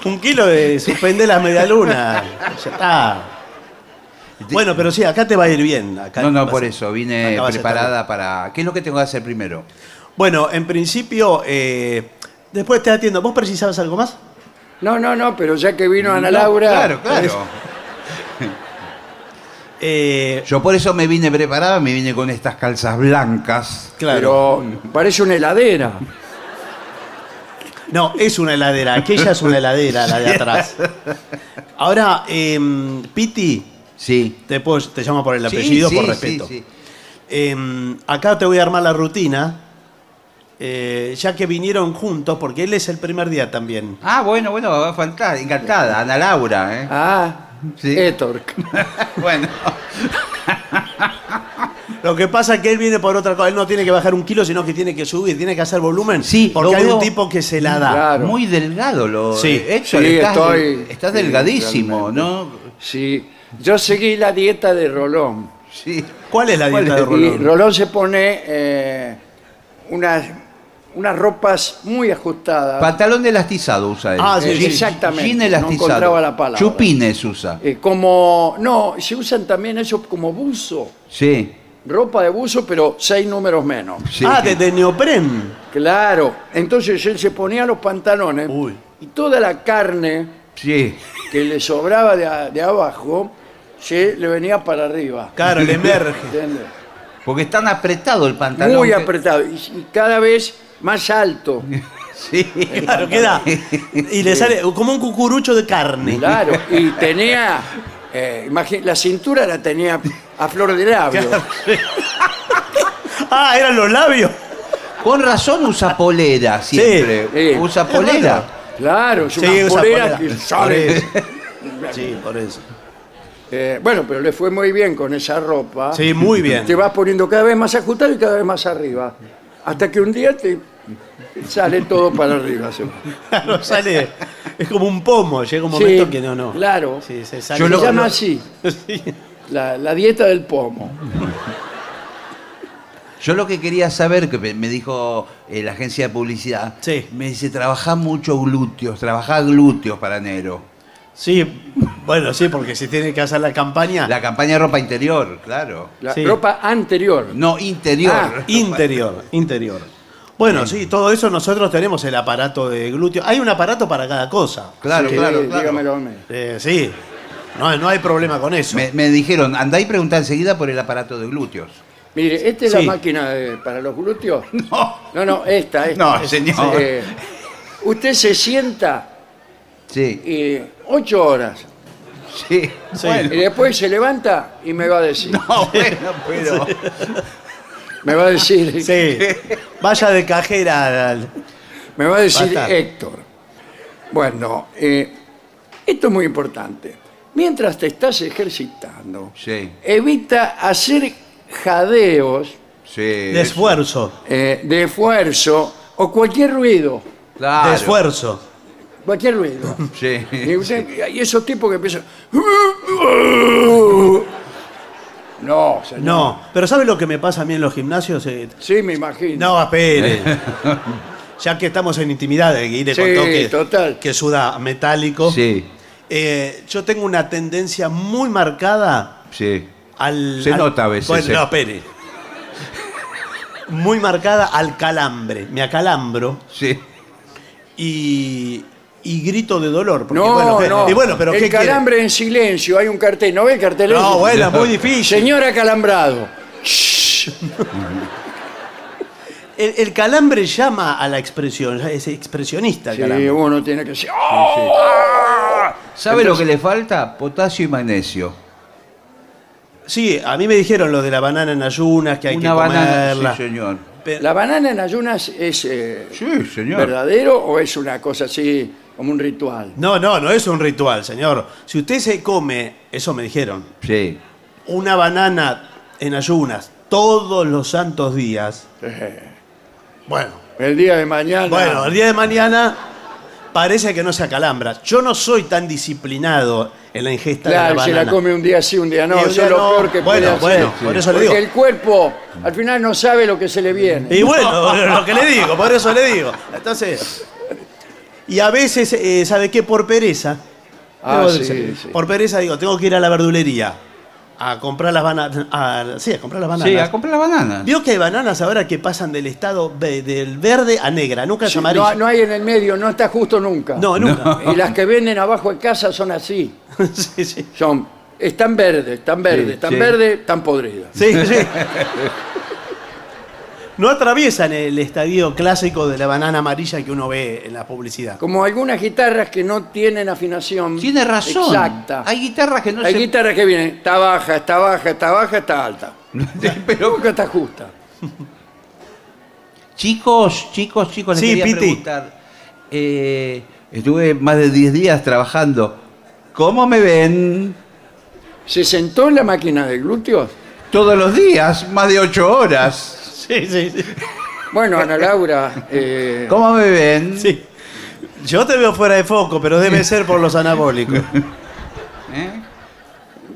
Speaker 4: Un kilo de suspender la medialuna. Ya está. Bueno, pero sí, acá te va a ir bien. acá
Speaker 5: No, no,
Speaker 4: vas-
Speaker 5: por eso, vine
Speaker 4: acá vas a estar
Speaker 5: preparada para... ¿Qué es lo que tengo que hacer primero?
Speaker 4: bien. Bueno, en principio, eh, después te atiendo. ¿Vos precisabas algo más?
Speaker 3: No, no, no, pero ya que vino Ana
Speaker 5: No,
Speaker 3: Laura.
Speaker 5: Claro, claro.
Speaker 4: Eh,
Speaker 5: Yo por eso me vine preparada, me vine con estas calzas blancas.
Speaker 4: claro.
Speaker 3: Pero parece una heladera.
Speaker 4: No, es una heladera. Aquella es una heladera, la de atrás. Ahora, em, Piti,
Speaker 5: Sí.
Speaker 4: te, puedo- te llamo por el
Speaker 5: Sí,
Speaker 4: apellido
Speaker 5: sí,
Speaker 4: por
Speaker 5: sí,
Speaker 4: respeto.
Speaker 5: sí.
Speaker 4: Eh, acá te voy a armar la rutina, eh, ya que vinieron juntos, porque él es el primer día también.
Speaker 5: Ah, bueno, bueno, va fantástico. Encantada, Ana Laura, ¿eh?
Speaker 3: Ah,
Speaker 5: Sí.
Speaker 3: Etorc.
Speaker 5: Bueno.
Speaker 4: Lo que pasa es que él viene por otra cosa, él no tiene que bajar un kilo, sino que tiene que subir, tiene que hacer volumen,
Speaker 5: Sí,
Speaker 4: porque
Speaker 5: lo
Speaker 4: hay
Speaker 5: veo.
Speaker 4: un tipo que se la da.
Speaker 3: Claro.
Speaker 5: Muy delgado lo.
Speaker 4: Sí.
Speaker 5: eh, Héctor,
Speaker 3: Sí,
Speaker 5: estás,
Speaker 3: estoy-
Speaker 5: estás
Speaker 3: sí,
Speaker 5: delgadísimo, ¿no?
Speaker 3: Sí, yo seguí la dieta de Rolón.
Speaker 5: Sí.
Speaker 4: ¿Cuál es la dieta de
Speaker 3: Y
Speaker 4: Rolón?
Speaker 3: Rolón se pone eh, unas, unas ropas muy ajustadas.
Speaker 5: Pantalón elastizado usa él.
Speaker 4: Ah, sí,
Speaker 3: Eh,
Speaker 4: sí.
Speaker 3: Exactamente.
Speaker 5: Jean
Speaker 3: no
Speaker 5: elastizado.
Speaker 3: encontraba la palabra.
Speaker 5: Chupines usa.
Speaker 3: Eh, como, no, se usan también eso como buzo.
Speaker 5: Sí.
Speaker 3: Ropa de buzo, pero seis números menos.
Speaker 5: sí.
Speaker 4: Ah, de, de neopren.
Speaker 3: Claro. Entonces él se ponía los pantalones
Speaker 4: Uy.
Speaker 3: y toda la carne
Speaker 5: Sí.
Speaker 3: que le sobraba de, a- de abajo se le venía para arriba.
Speaker 4: Claro, le emerge.
Speaker 3: ¿Entiendes?
Speaker 5: Porque están apretado el pantalón.
Speaker 3: Muy
Speaker 5: que-
Speaker 3: apretado. Y, y cada vez más alto.
Speaker 5: Sí.
Speaker 4: Claro, queda. Y le sale como un cucurucho de carne.
Speaker 3: Claro. Y tenía. eh, imagi- la cintura la tenía a flor de labio.
Speaker 4: Ah, eran los labios.
Speaker 5: Con razón usa polera siempre.
Speaker 3: Sí.
Speaker 5: Usa
Speaker 4: Es verdad.
Speaker 5: polera.
Speaker 3: Claro, es
Speaker 4: Sí,
Speaker 3: una
Speaker 4: usa
Speaker 3: polera
Speaker 4: polera.
Speaker 3: que sale.
Speaker 4: Sí, por eso.
Speaker 3: Eh, bueno, pero le fue muy bien con esa ropa.
Speaker 4: Sí, muy bien.
Speaker 3: Te vas poniendo cada vez más ajustado y cada vez más arriba. Hasta que un día te te sale todo para arriba. se-
Speaker 4: Claro, sale. Es como un pomo, llega un
Speaker 3: Sí,
Speaker 4: momento que no, no.
Speaker 3: Claro.
Speaker 4: Sí, se
Speaker 3: se
Speaker 4: sale.
Speaker 5: Yo lo-
Speaker 3: llama así,
Speaker 4: Sí.
Speaker 3: la, la dieta del pomo.
Speaker 5: Yo lo que quería saber, que me me dijo eh, la agencia de publicidad,
Speaker 4: Sí.
Speaker 5: me dice, trabajá mucho glúteos, trabajá glúteos para enero.
Speaker 4: Sí, bueno, sí, porque si tiene que hacer la
Speaker 3: Ah.
Speaker 4: campaña
Speaker 5: La campaña de ropa interior, claro.
Speaker 3: La
Speaker 4: Sí.
Speaker 3: ropa anterior.
Speaker 5: No, interior.
Speaker 3: Ah,
Speaker 4: interior, interior. Bueno, sí, todo eso nosotros tenemos el aparato de glúteo. Hay un aparato para cada cosa.
Speaker 5: Claro,
Speaker 3: Sí,
Speaker 5: claro, claro.
Speaker 3: dígamelo a mí.
Speaker 4: Eh, sí, no, no hay problema con eso.
Speaker 5: Me, me dijeron, andá y preguntá enseguida por el aparato de glúteos.
Speaker 3: Mire, esta es
Speaker 4: Sí.
Speaker 3: la máquina de- para los glúteos.
Speaker 5: No,
Speaker 3: No, no, esta, esta.
Speaker 5: No, señor.
Speaker 3: Eh, usted se sienta
Speaker 5: sí,
Speaker 3: eh, ocho horas
Speaker 5: sí.
Speaker 4: Sí.
Speaker 3: y
Speaker 5: Bueno,
Speaker 3: después se levanta y me va a decir.
Speaker 5: no, bueno, pero...
Speaker 3: Me va a decir,
Speaker 4: Sí, vaya de cajera al-
Speaker 3: me va a decir
Speaker 4: Basta.
Speaker 3: Héctor. Bueno, eh, esto es muy importante. Mientras te estás ejercitando,
Speaker 5: Sí,
Speaker 3: evita hacer jadeos
Speaker 5: sí.
Speaker 4: de esfuerzo.
Speaker 3: eh, de esfuerzo o cualquier ruido.
Speaker 5: Claro.
Speaker 4: De esfuerzo.
Speaker 3: Cualquier ruido.
Speaker 5: Sí.
Speaker 3: Y, usted- y esos tipos que empiezan. No, señor.
Speaker 4: No, pero ¿sabe lo que me pasa a mí en los gimnasios? Eh,
Speaker 3: Sí, me imagino.
Speaker 4: No, espere. Ya que estamos en intimidad, eh, Guille
Speaker 3: Sí,
Speaker 4: contó que,
Speaker 3: total.
Speaker 4: que suda metálico.
Speaker 5: Sí,
Speaker 4: Eh, yo tengo una tendencia muy marcada
Speaker 5: sí.
Speaker 4: al-
Speaker 5: Se
Speaker 4: al-
Speaker 5: nota a veces,
Speaker 4: Bueno,
Speaker 5: eh.
Speaker 4: no, espere. Muy marcada al calambre. Me acalambro
Speaker 5: Sí.
Speaker 4: y, y grito de dolor. Porque,
Speaker 3: No,
Speaker 4: bueno,
Speaker 3: no.
Speaker 4: Y bueno, pero
Speaker 3: el
Speaker 4: ¿qué quiere?
Speaker 3: calambre en silencio, hay un cartel. ¿No ve el cartel?
Speaker 4: No,
Speaker 5: No.
Speaker 4: bueno, es muy difícil.
Speaker 3: Señor acalambrado.
Speaker 4: El, el calambre llama a la expresión, ya es expresionista el
Speaker 3: Sí,
Speaker 4: calambre.
Speaker 3: uno tiene que decir. "Oh".
Speaker 5: ¿Sabe lo que le falta? Potasio y magnesio.
Speaker 4: Sí, a mí me dijeron lo de la banana en ayunas, que hay
Speaker 5: Una
Speaker 4: que
Speaker 5: banana.
Speaker 4: comerla.
Speaker 5: Sí, señor.
Speaker 4: Pero-
Speaker 3: ¿La banana en ayunas es eh,
Speaker 5: Sí, señor.
Speaker 3: verdadero o es una cosa así como un ritual?
Speaker 4: No, no, no es un ritual, señor. Si usted se come, eso me dijeron,
Speaker 5: Sí.
Speaker 4: una banana en ayunas todos los santos días.
Speaker 3: Eh.
Speaker 4: Bueno,
Speaker 3: El día de mañana.
Speaker 4: bueno, el día de mañana parece que no se acalambra. Yo no soy tan disciplinado en la ingesta de
Speaker 3: Claro,
Speaker 4: la
Speaker 3: se
Speaker 4: banana.
Speaker 3: la come un día sí, un día no.
Speaker 4: Y un
Speaker 3: eso
Speaker 4: día
Speaker 3: es lo
Speaker 4: no.
Speaker 3: peor que
Speaker 4: Bueno,
Speaker 3: puede hacer.
Speaker 4: bueno, por eso le
Speaker 3: Porque
Speaker 4: digo.
Speaker 3: el cuerpo al final no sabe lo que se le viene.
Speaker 4: Y bueno, lo que le digo, por eso le digo. Entonces, y a veces, eh, ¿sabe qué? Por pereza.
Speaker 3: Ah,
Speaker 4: Debo
Speaker 3: sí,
Speaker 4: decir,
Speaker 3: sí.
Speaker 4: Por pereza digo, tengo que ir a la verdulería a comprar las bananas. a- sí, a comprar las bananas.
Speaker 5: Sí, a comprar las bananas.
Speaker 4: Vio que hay bananas ahora que pasan del estado ve- del verde a negra, nunca es
Speaker 3: No,
Speaker 4: amarilla.
Speaker 3: no hay en el medio, no está justo nunca.
Speaker 4: No, nunca.
Speaker 3: Y las que venden abajo de casa son así.
Speaker 4: sí, sí.
Speaker 3: Son, están verdes, están verdes, están
Speaker 5: sí.
Speaker 3: verdes, están podridas.
Speaker 4: Sí, sí. No atraviesan el estadio clásico de la banana amarilla que uno ve en la publicidad.
Speaker 3: Como algunas guitarras que no tienen afinación.
Speaker 5: Tiene razón.
Speaker 3: Exacta.
Speaker 5: Hay guitarras que no
Speaker 3: Hay
Speaker 5: se...
Speaker 3: guitarras que vienen, está baja, está baja, está baja, está alta.
Speaker 5: Pero,
Speaker 3: Nunca está justa.
Speaker 5: chicos, chicos, chicos, les
Speaker 4: Sí,
Speaker 5: quería
Speaker 4: Piti.
Speaker 5: preguntar. Eh, estuve más de 10 días trabajando. ¿Cómo me ven?
Speaker 3: ¿Se sentó en la máquina de glúteos?
Speaker 5: Todos los días, más de 8 horas.
Speaker 4: Sí, sí, sí.
Speaker 3: Bueno, Ana Laura, eh,
Speaker 5: ¿Cómo me ven?
Speaker 4: Sí. Yo te veo fuera de foco, pero debe ser por los anabólicos.
Speaker 5: ¿Eh?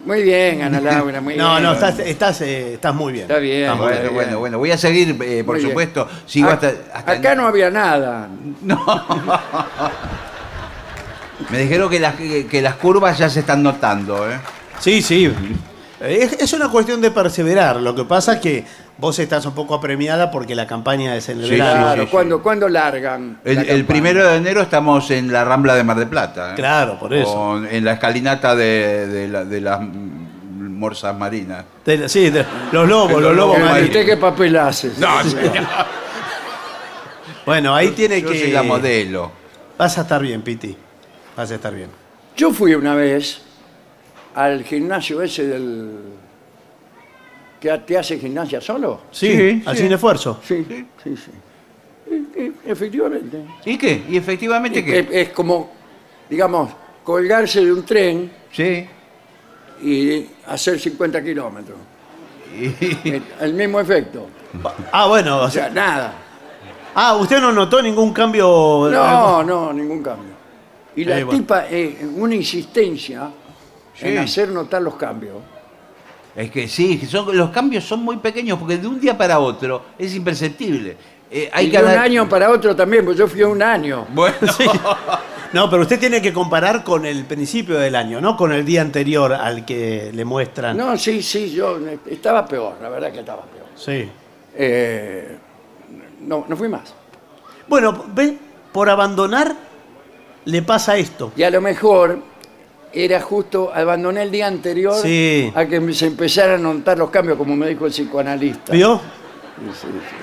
Speaker 3: muy bien, Ana Laura, muy
Speaker 4: No,
Speaker 3: bien.
Speaker 4: no, estás, estás, eh, estás muy bien.
Speaker 3: Está bien.
Speaker 4: Estás muy
Speaker 5: Bueno,
Speaker 3: bien.
Speaker 5: bueno, bueno, voy a seguir, eh, por
Speaker 3: Muy bien.
Speaker 5: supuesto. Sigo
Speaker 3: Ac-
Speaker 5: hasta, hasta-
Speaker 3: Acá no había nada.
Speaker 5: Me dijeron que las, que, que las curvas ya se están notando. ¿eh?
Speaker 4: Sí, sí. Es, es una cuestión de perseverar. Lo que pasa es que vos estás un poco apremiada porque la campaña es en el
Speaker 5: Sí,
Speaker 4: verano.
Speaker 3: Claro, cuando, cuando largan. la
Speaker 5: El, el
Speaker 3: campana?
Speaker 5: primero de enero estamos en la Rambla de Mar del Plata. ¿eh?
Speaker 4: Claro, por eso.
Speaker 5: Con- en la escalinata de, de la- de las mm, morsas marinas.
Speaker 4: Te- sí, te- los lobos,
Speaker 5: Los
Speaker 4: los lobos
Speaker 5: lobos
Speaker 3: Bueno,
Speaker 4: marinos.
Speaker 3: ¿Usted qué papel hace?
Speaker 4: Bueno, ahí tiene
Speaker 5: Yo
Speaker 4: que.
Speaker 5: soy la modelo.
Speaker 4: Vas a estar bien, Piti. Vas a estar bien.
Speaker 3: Yo fui una vez al gimnasio ese del... ¿Que te hace gimnasia solo?
Speaker 4: Sí, al sin esfuerzo.
Speaker 3: Sí, sí, sí. Y- y- Efectivamente.
Speaker 5: ¿Y qué? ¿Y efectivamente
Speaker 3: Es,
Speaker 5: qué?
Speaker 3: es como, digamos, colgarse de un tren
Speaker 5: Sí.
Speaker 3: y hacer 50 kilómetros.
Speaker 5: Y-
Speaker 3: El el mismo efecto.
Speaker 4: Ah, bueno. o
Speaker 3: O sea,
Speaker 4: sea-
Speaker 3: nada.
Speaker 4: ah, usted no notó ningún cambio.
Speaker 3: No, no, ningún cambio. Y la
Speaker 4: Eh, bueno.
Speaker 3: tipa, eh, una insistencia en
Speaker 5: Sí.
Speaker 3: hacer notar los cambios.
Speaker 5: Es que sí, que son, los cambios son muy pequeños porque de un día para otro es imperceptible. Eh, hay
Speaker 3: y
Speaker 5: que
Speaker 3: de un
Speaker 5: ana-
Speaker 3: año para otro también, porque yo fui un año.
Speaker 5: Bueno,
Speaker 4: Sí. eh, No, pero usted tiene que comparar con el principio del año, no con el día anterior al que le
Speaker 5: Ah.
Speaker 4: muestran.
Speaker 3: No, sí, sí, yo eh, estaba peor, la verdad que estaba peor.
Speaker 4: Sí.
Speaker 3: Eh, no, no fui más.
Speaker 4: Bueno, ve, por abandonar le pasa esto.
Speaker 3: Y a lo mejor era justo, abandoné el día anterior
Speaker 4: Sí.
Speaker 3: a que se empezaran a notar los cambios, como me dijo el psicoanalista.
Speaker 4: ¿Vio?
Speaker 3: Sí, sí, sí.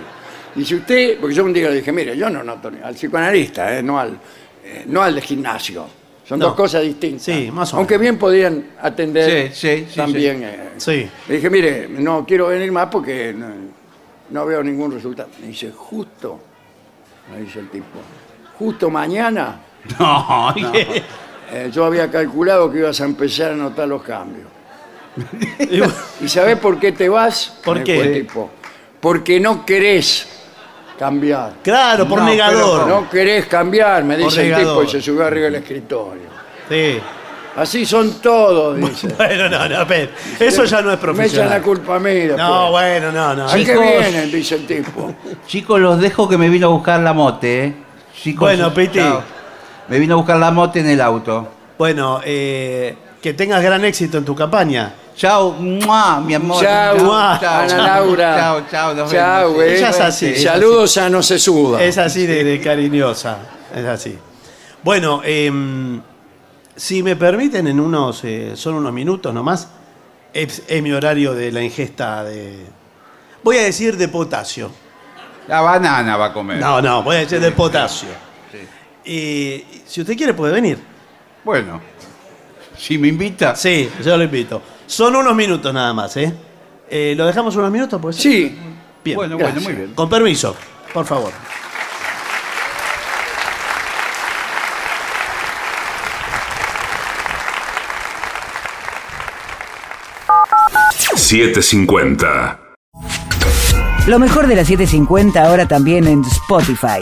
Speaker 3: Y si usted, porque yo un día le dije, mire, yo no noto ni- al psicoanalista, eh, no, al, eh, no al de gimnasio. Son
Speaker 4: No.
Speaker 3: dos cosas distintas.
Speaker 4: Sí, más o
Speaker 3: Aunque
Speaker 4: menos.
Speaker 3: bien podrían atender
Speaker 5: Sí, sí, sí,
Speaker 3: también. eh.
Speaker 4: Sí.
Speaker 3: Le dije, mire, no quiero venir más porque no, no veo ningún resultado. Me dice, justo, me dice el tipo, justo mañana
Speaker 5: no,
Speaker 3: eh, yo había calculado que ibas a empezar a notar los cambios.
Speaker 4: Y bueno,
Speaker 3: ¿Y sabés por qué te vas?
Speaker 4: ¿Por
Speaker 3: Me
Speaker 4: qué?
Speaker 3: dijo el tipo, porque no querés cambiar.
Speaker 4: Claro, por
Speaker 5: No,
Speaker 4: negador.
Speaker 3: No querés cambiar, me dice el tipo
Speaker 4: Corregador.
Speaker 3: y se subió arriba del escritorio.
Speaker 4: Sí.
Speaker 3: Así son todos, dice.
Speaker 4: Bueno, no, no, pero eso ya
Speaker 3: Me echan
Speaker 4: no es
Speaker 3: la
Speaker 4: profesional.
Speaker 3: culpa a mí. después.
Speaker 4: No, bueno, no, no.
Speaker 3: ¿A qué
Speaker 5: Chicos.
Speaker 3: vienen? Dice el tipo.
Speaker 5: Chicos, los dejo que me vino a buscar la mote. eh. Chicos,
Speaker 4: Bueno, Piti.
Speaker 5: chao. Me vino a buscar la mote en el auto.
Speaker 4: Bueno, eh, que tengas gran éxito en tu campaña.
Speaker 5: Chao, ¡mua! mi amor.
Speaker 3: Chao,
Speaker 4: Chao,
Speaker 3: Ana Laura.
Speaker 5: Chao, chao, nos
Speaker 3: Chao,
Speaker 5: vemos.
Speaker 3: güey.
Speaker 4: Ella es así, ella es
Speaker 3: Saludos a No Se Suda.
Speaker 4: Es así de, de cariñosa. Es así. Bueno, em, si me permiten, en unos. eh, son unos minutos nomás. Es, es mi horario de la ingesta de. Voy a decir de potasio.
Speaker 5: La banana va a comer.
Speaker 4: No, no, voy a decir de potasio. Eh, si usted quiere, puede venir.
Speaker 5: Bueno, si me invita.
Speaker 4: Sí, yo lo invito. Son unos minutos nada más, ¿eh? Eh, ¿Lo dejamos unos minutos? Pues?
Speaker 3: Sí,
Speaker 4: Bien.
Speaker 5: bueno,
Speaker 3: gracias.
Speaker 5: bueno, muy bien.
Speaker 4: Con permiso, por favor.
Speaker 1: 750.
Speaker 6: Lo mejor de la 750 ahora también en Spotify.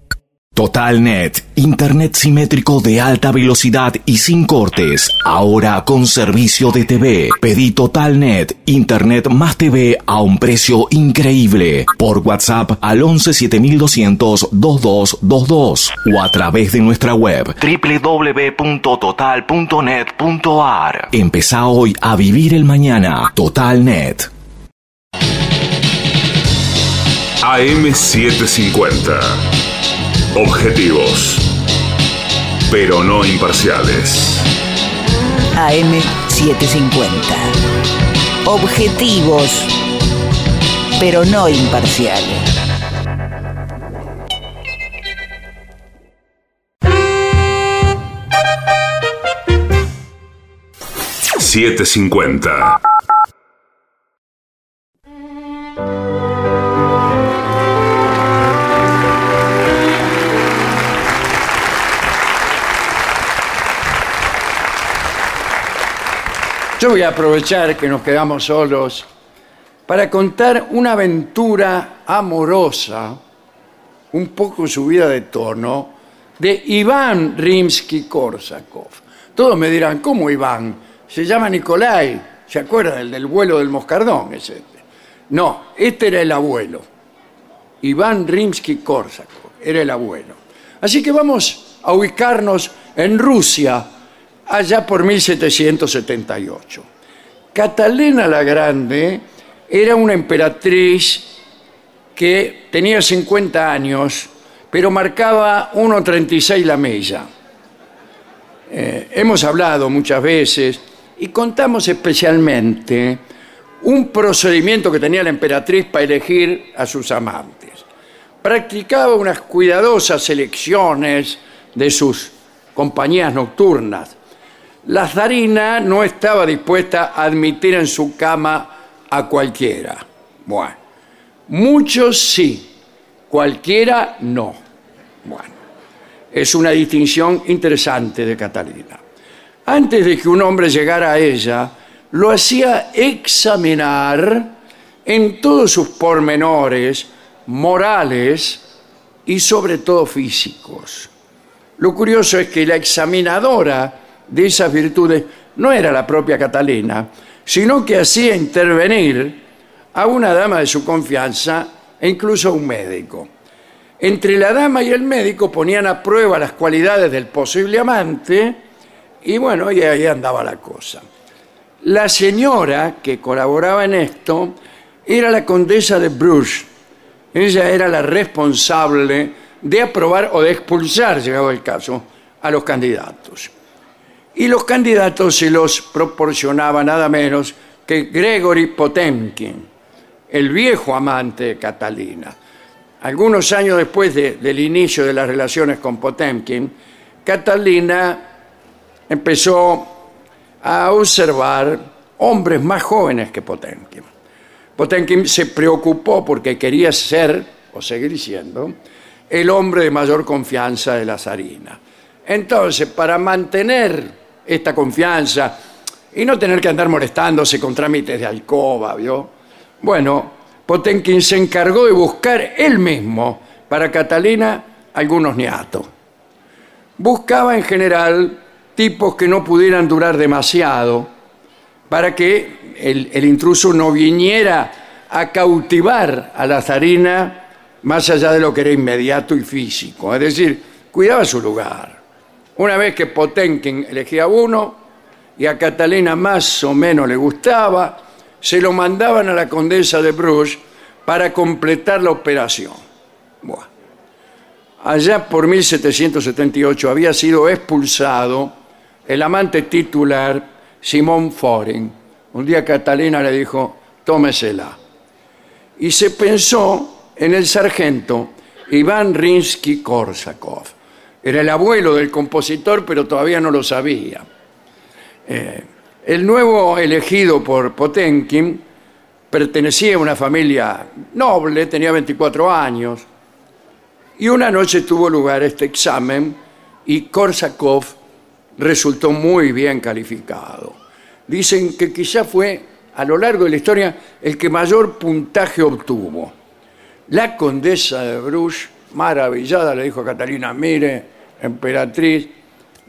Speaker 7: TotalNet, Internet simétrico de alta velocidad y sin cortes, ahora con servicio de TV. Pedí TotalNet, Internet más TV a un precio increíble, por WhatsApp al 11 7200 2222 o a través de nuestra web www.total.net.ar. Empezá hoy a vivir el mañana, TotalNet.
Speaker 1: AM750. Objetivos. Pero no imparciales.
Speaker 6: AM750. Objetivos, pero no imparciales.
Speaker 1: Siete cincuenta.
Speaker 3: Yo voy a aprovechar que nos quedamos solos para contar una aventura amorosa, un poco subida de tono, de Iván Rimsky-Korsakov. Todos me dirán, ¿cómo Iván? Se llama Nicolai, ¿se acuerdan? El del vuelo del moscardón, es este. No, este era el abuelo. Iván Rimsky-Korsakov era el abuelo. Así que vamos a ubicarnos en Rusia, allá por 1778. Catalina la Grande era una emperatriz que tenía 50 años, pero marcaba 1.36 la milla. Eh, hemos hablado muchas veces y contamos especialmente un procedimiento que tenía la emperatriz para elegir a sus amantes. Practicaba unas cuidadosas selecciones de sus compañías nocturnas. La zarina no estaba dispuesta a admitir en su cama a cualquiera. Bueno, muchos sí, cualquiera no. Bueno, es una distinción interesante de Catalina. Antes de que un hombre llegara a ella, lo hacía examinar en todos sus pormenores morales y sobre todo físicos. Lo curioso es que la examinadora de esas virtudes no era la propia Catalina, sino que hacía intervenir a una dama de su confianza e incluso a un médico. Entre la dama y el médico ponían a prueba las cualidades del posible amante y bueno, y ahí andaba la cosa. La señora que colaboraba en esto era la condesa de Bruges. Ella era la responsable de aprobar o de expulsar, llegado el caso, a los candidatos. Y los candidatos se los proporcionaba nada menos que Gregory Potemkin, el viejo amante de Catalina. Algunos años después de- del inicio de las relaciones con Potemkin, Catalina empezó a observar hombres más jóvenes que Potemkin. Potemkin se preocupó porque quería ser, o seguir siendo, el hombre de mayor confianza de la zarina. Entonces, para mantener esta confianza y no tener que andar molestándose con trámites de alcoba, ¿vio? Bueno, Potemkin se encargó de buscar él mismo para Catalina algunos niatos buscaba en general tipos que no pudieran durar demasiado para que el, el intruso no viniera a cautivar a la zarina más allá de lo que era inmediato y físico. Es decir, cuidaba su lugar. Una vez que Potenkin elegía uno y a Catalina más o menos le gustaba, se lo mandaban a la condesa de Bruges para completar la operación. Buah allá por 1778 había sido expulsado el amante titular Simón Foren. Un día Catalina le dijo, tómesela. Y se pensó en el sargento Iván Rinsky-Korsakov. Era el abuelo del compositor, pero todavía no lo sabía. Eh, el nuevo elegido por Potenkin pertenecía a una familia noble, tenía 24 años, Y una noche tuvo lugar este examen y Korsakov resultó muy bien calificado. Dicen que quizá fue a lo largo de la historia el que mayor puntaje obtuvo. La condesa de Bruges, maravillada, le dijo a Catalina, mire, emperatriz,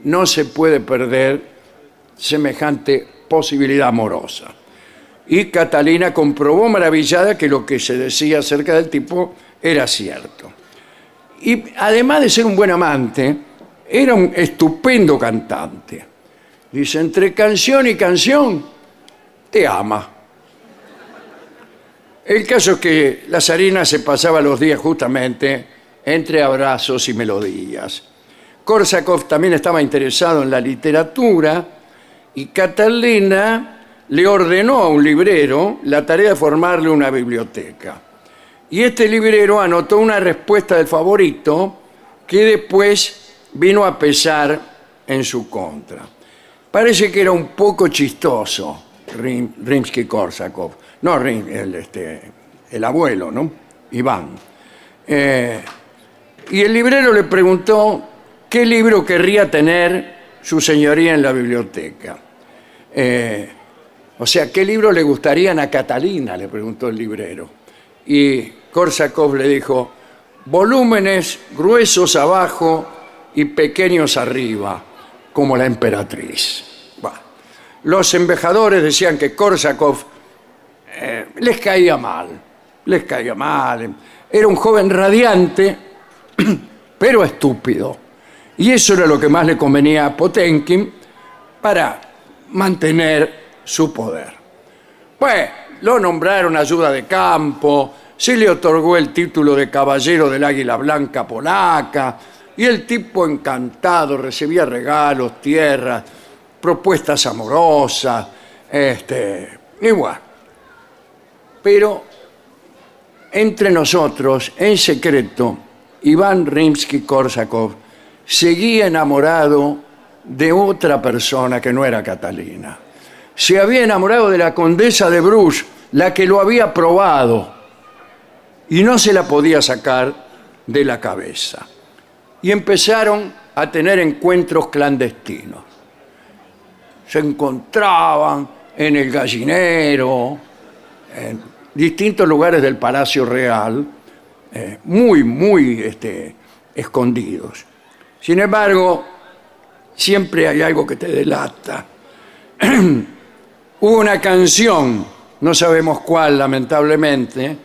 Speaker 3: no se puede perder semejante posibilidad amorosa. Y Catalina comprobó maravillada que lo que se decía acerca del tipo era cierto. Y además de ser un buen amante, era un estupendo cantante. Dice, entre canción y canción, te ama. El caso es que la zarina se pasaba los días justamente entre abrazos y melodías. Korsakov también estaba interesado en la literatura y Catalina le ordenó a un librero la tarea de formarle una biblioteca. Y este librero anotó una respuesta del favorito que después vino a pesar en su contra. Parece que era un poco chistoso Rim- Rimsky-Korsakov. No, Rim- el, este, el abuelo, ¿no? Iván. Eh, y el librero le preguntó qué libro querría tener su señoría en la biblioteca. Eh, o sea, ¿qué libro le gustarían a Catalina? Le preguntó el librero. Y Korsakov le dijo, volúmenes gruesos abajo y pequeños arriba, como la emperatriz. Bah. Los embajadores decían que Korsakov eh, les caía mal, les caía mal. Era un joven radiante, pero estúpido. Y eso era lo que más le convenía a Potenkin para mantener su poder. Pues lo nombraron ayuda de campo, se le otorgó el título de caballero del Águila Blanca Polaca, y el tipo encantado recibía regalos, tierras, propuestas amorosas, este, igual. Pero entre nosotros, en secreto, Iván Rimsky-Korsakov seguía enamorado de otra persona que no era Catalina. Se había enamorado de la condesa de Bruges, la que lo había probado, y no se la podía sacar de la cabeza. Y empezaron a tener encuentros clandestinos. Se encontraban en el gallinero, en distintos lugares del Palacio Real, eh, muy, muy este, escondidos. Sin embargo, siempre hay algo que te delata. Hubo una canción, no sabemos cuál lamentablemente,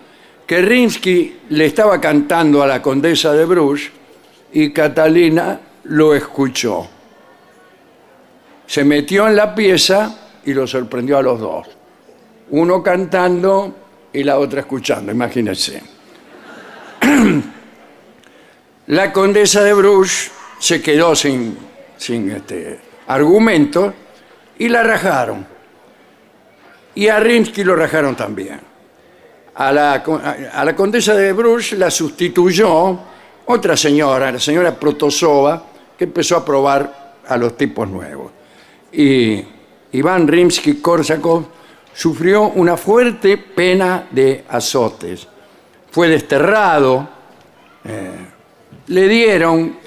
Speaker 3: que Rinsky le estaba cantando a la condesa de Bruges y Catalina lo escuchó. Se metió en la pieza y lo sorprendió a los dos. Uno cantando y la otra escuchando, imagínense. La condesa de Bruges se quedó sin, sin este, argumento y la rajaron. Y a Rimsky lo rajaron también. A la, con- a- a la condesa de Bruges la sustituyó otra señora, la señora Protosova, que empezó a probar a los tipos nuevos. Y Iván Rimsky-Korsakov sufrió una fuerte pena de azotes. Fue desterrado le dieron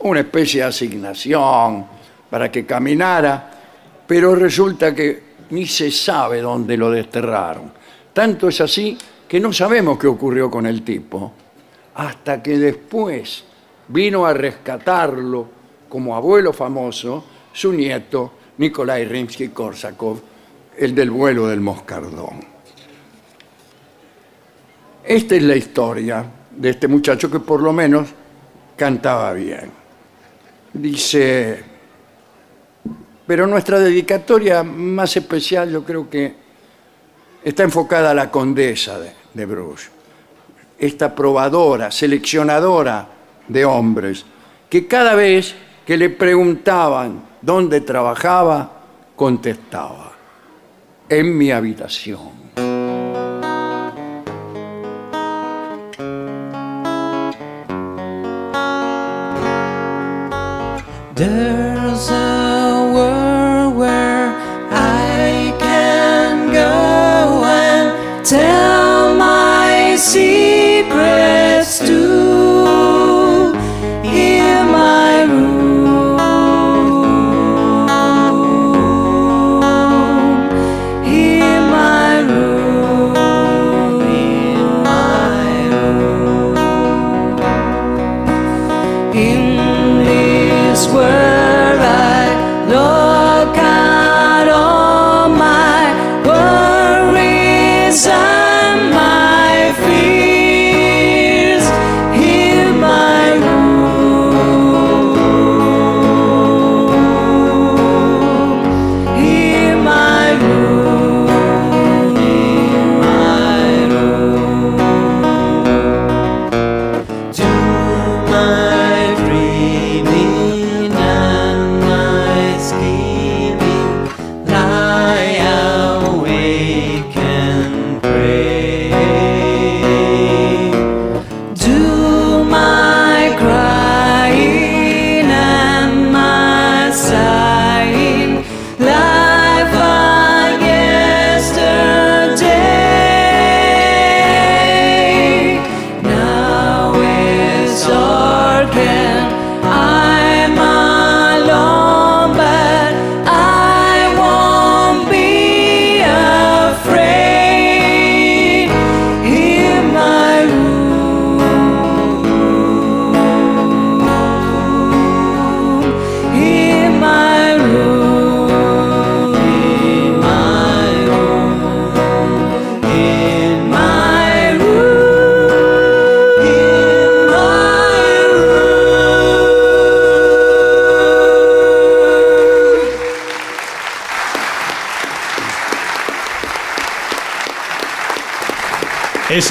Speaker 3: una especie de asignación para que caminara, pero resulta que ni se sabe dónde lo desterraron. Tanto es así que no sabemos qué ocurrió con el tipo, hasta que después vino a rescatarlo como abuelo famoso su nieto Nikolai Rimsky-Korsakov, el del vuelo del moscardón. Esta es la historia de este muchacho que por lo menos cantaba bien. Dice, pero nuestra dedicatoria más especial yo creo que está enfocada a la condesa de, de Bruges, esta probadora, seleccionadora de hombres, que cada vez que le preguntaban dónde trabajaba, contestaba, en mi habitación.
Speaker 8: There's a world where I can go and tell my secrets to
Speaker 4: Es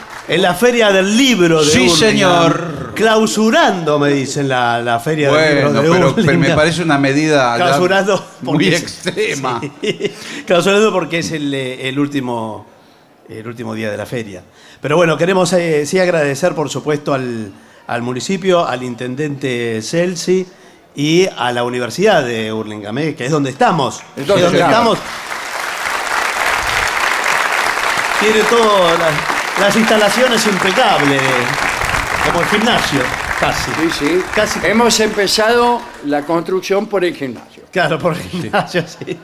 Speaker 4: en la Feria del Libro de
Speaker 5: Sí,
Speaker 4: Hurlingham.
Speaker 5: señor.
Speaker 4: Clausurando, me dicen, la, la Feria del Libro
Speaker 5: Bueno,
Speaker 4: de
Speaker 5: pero, pero
Speaker 4: Hurlingham.
Speaker 5: me parece una medida ya
Speaker 4: Clausurando
Speaker 5: muy
Speaker 4: porque-
Speaker 5: extrema.
Speaker 4: Sí. Clausurando porque es el, eh, el último, el último día de la feria. Pero bueno, queremos eh, sí agradecer, por supuesto, al, al municipio, al intendente Celsi y a la Universidad de Hurlingham, eh, que es donde estamos. Es
Speaker 3: Entonces,
Speaker 4: donde
Speaker 3: claro.
Speaker 4: estamos. Tiene todas las, las instalaciones impecables, como el gimnasio, casi.
Speaker 3: Sí, sí.
Speaker 4: Casi.
Speaker 3: Hemos empezado la construcción por el gimnasio.
Speaker 4: Claro, por el gimnasio, sí.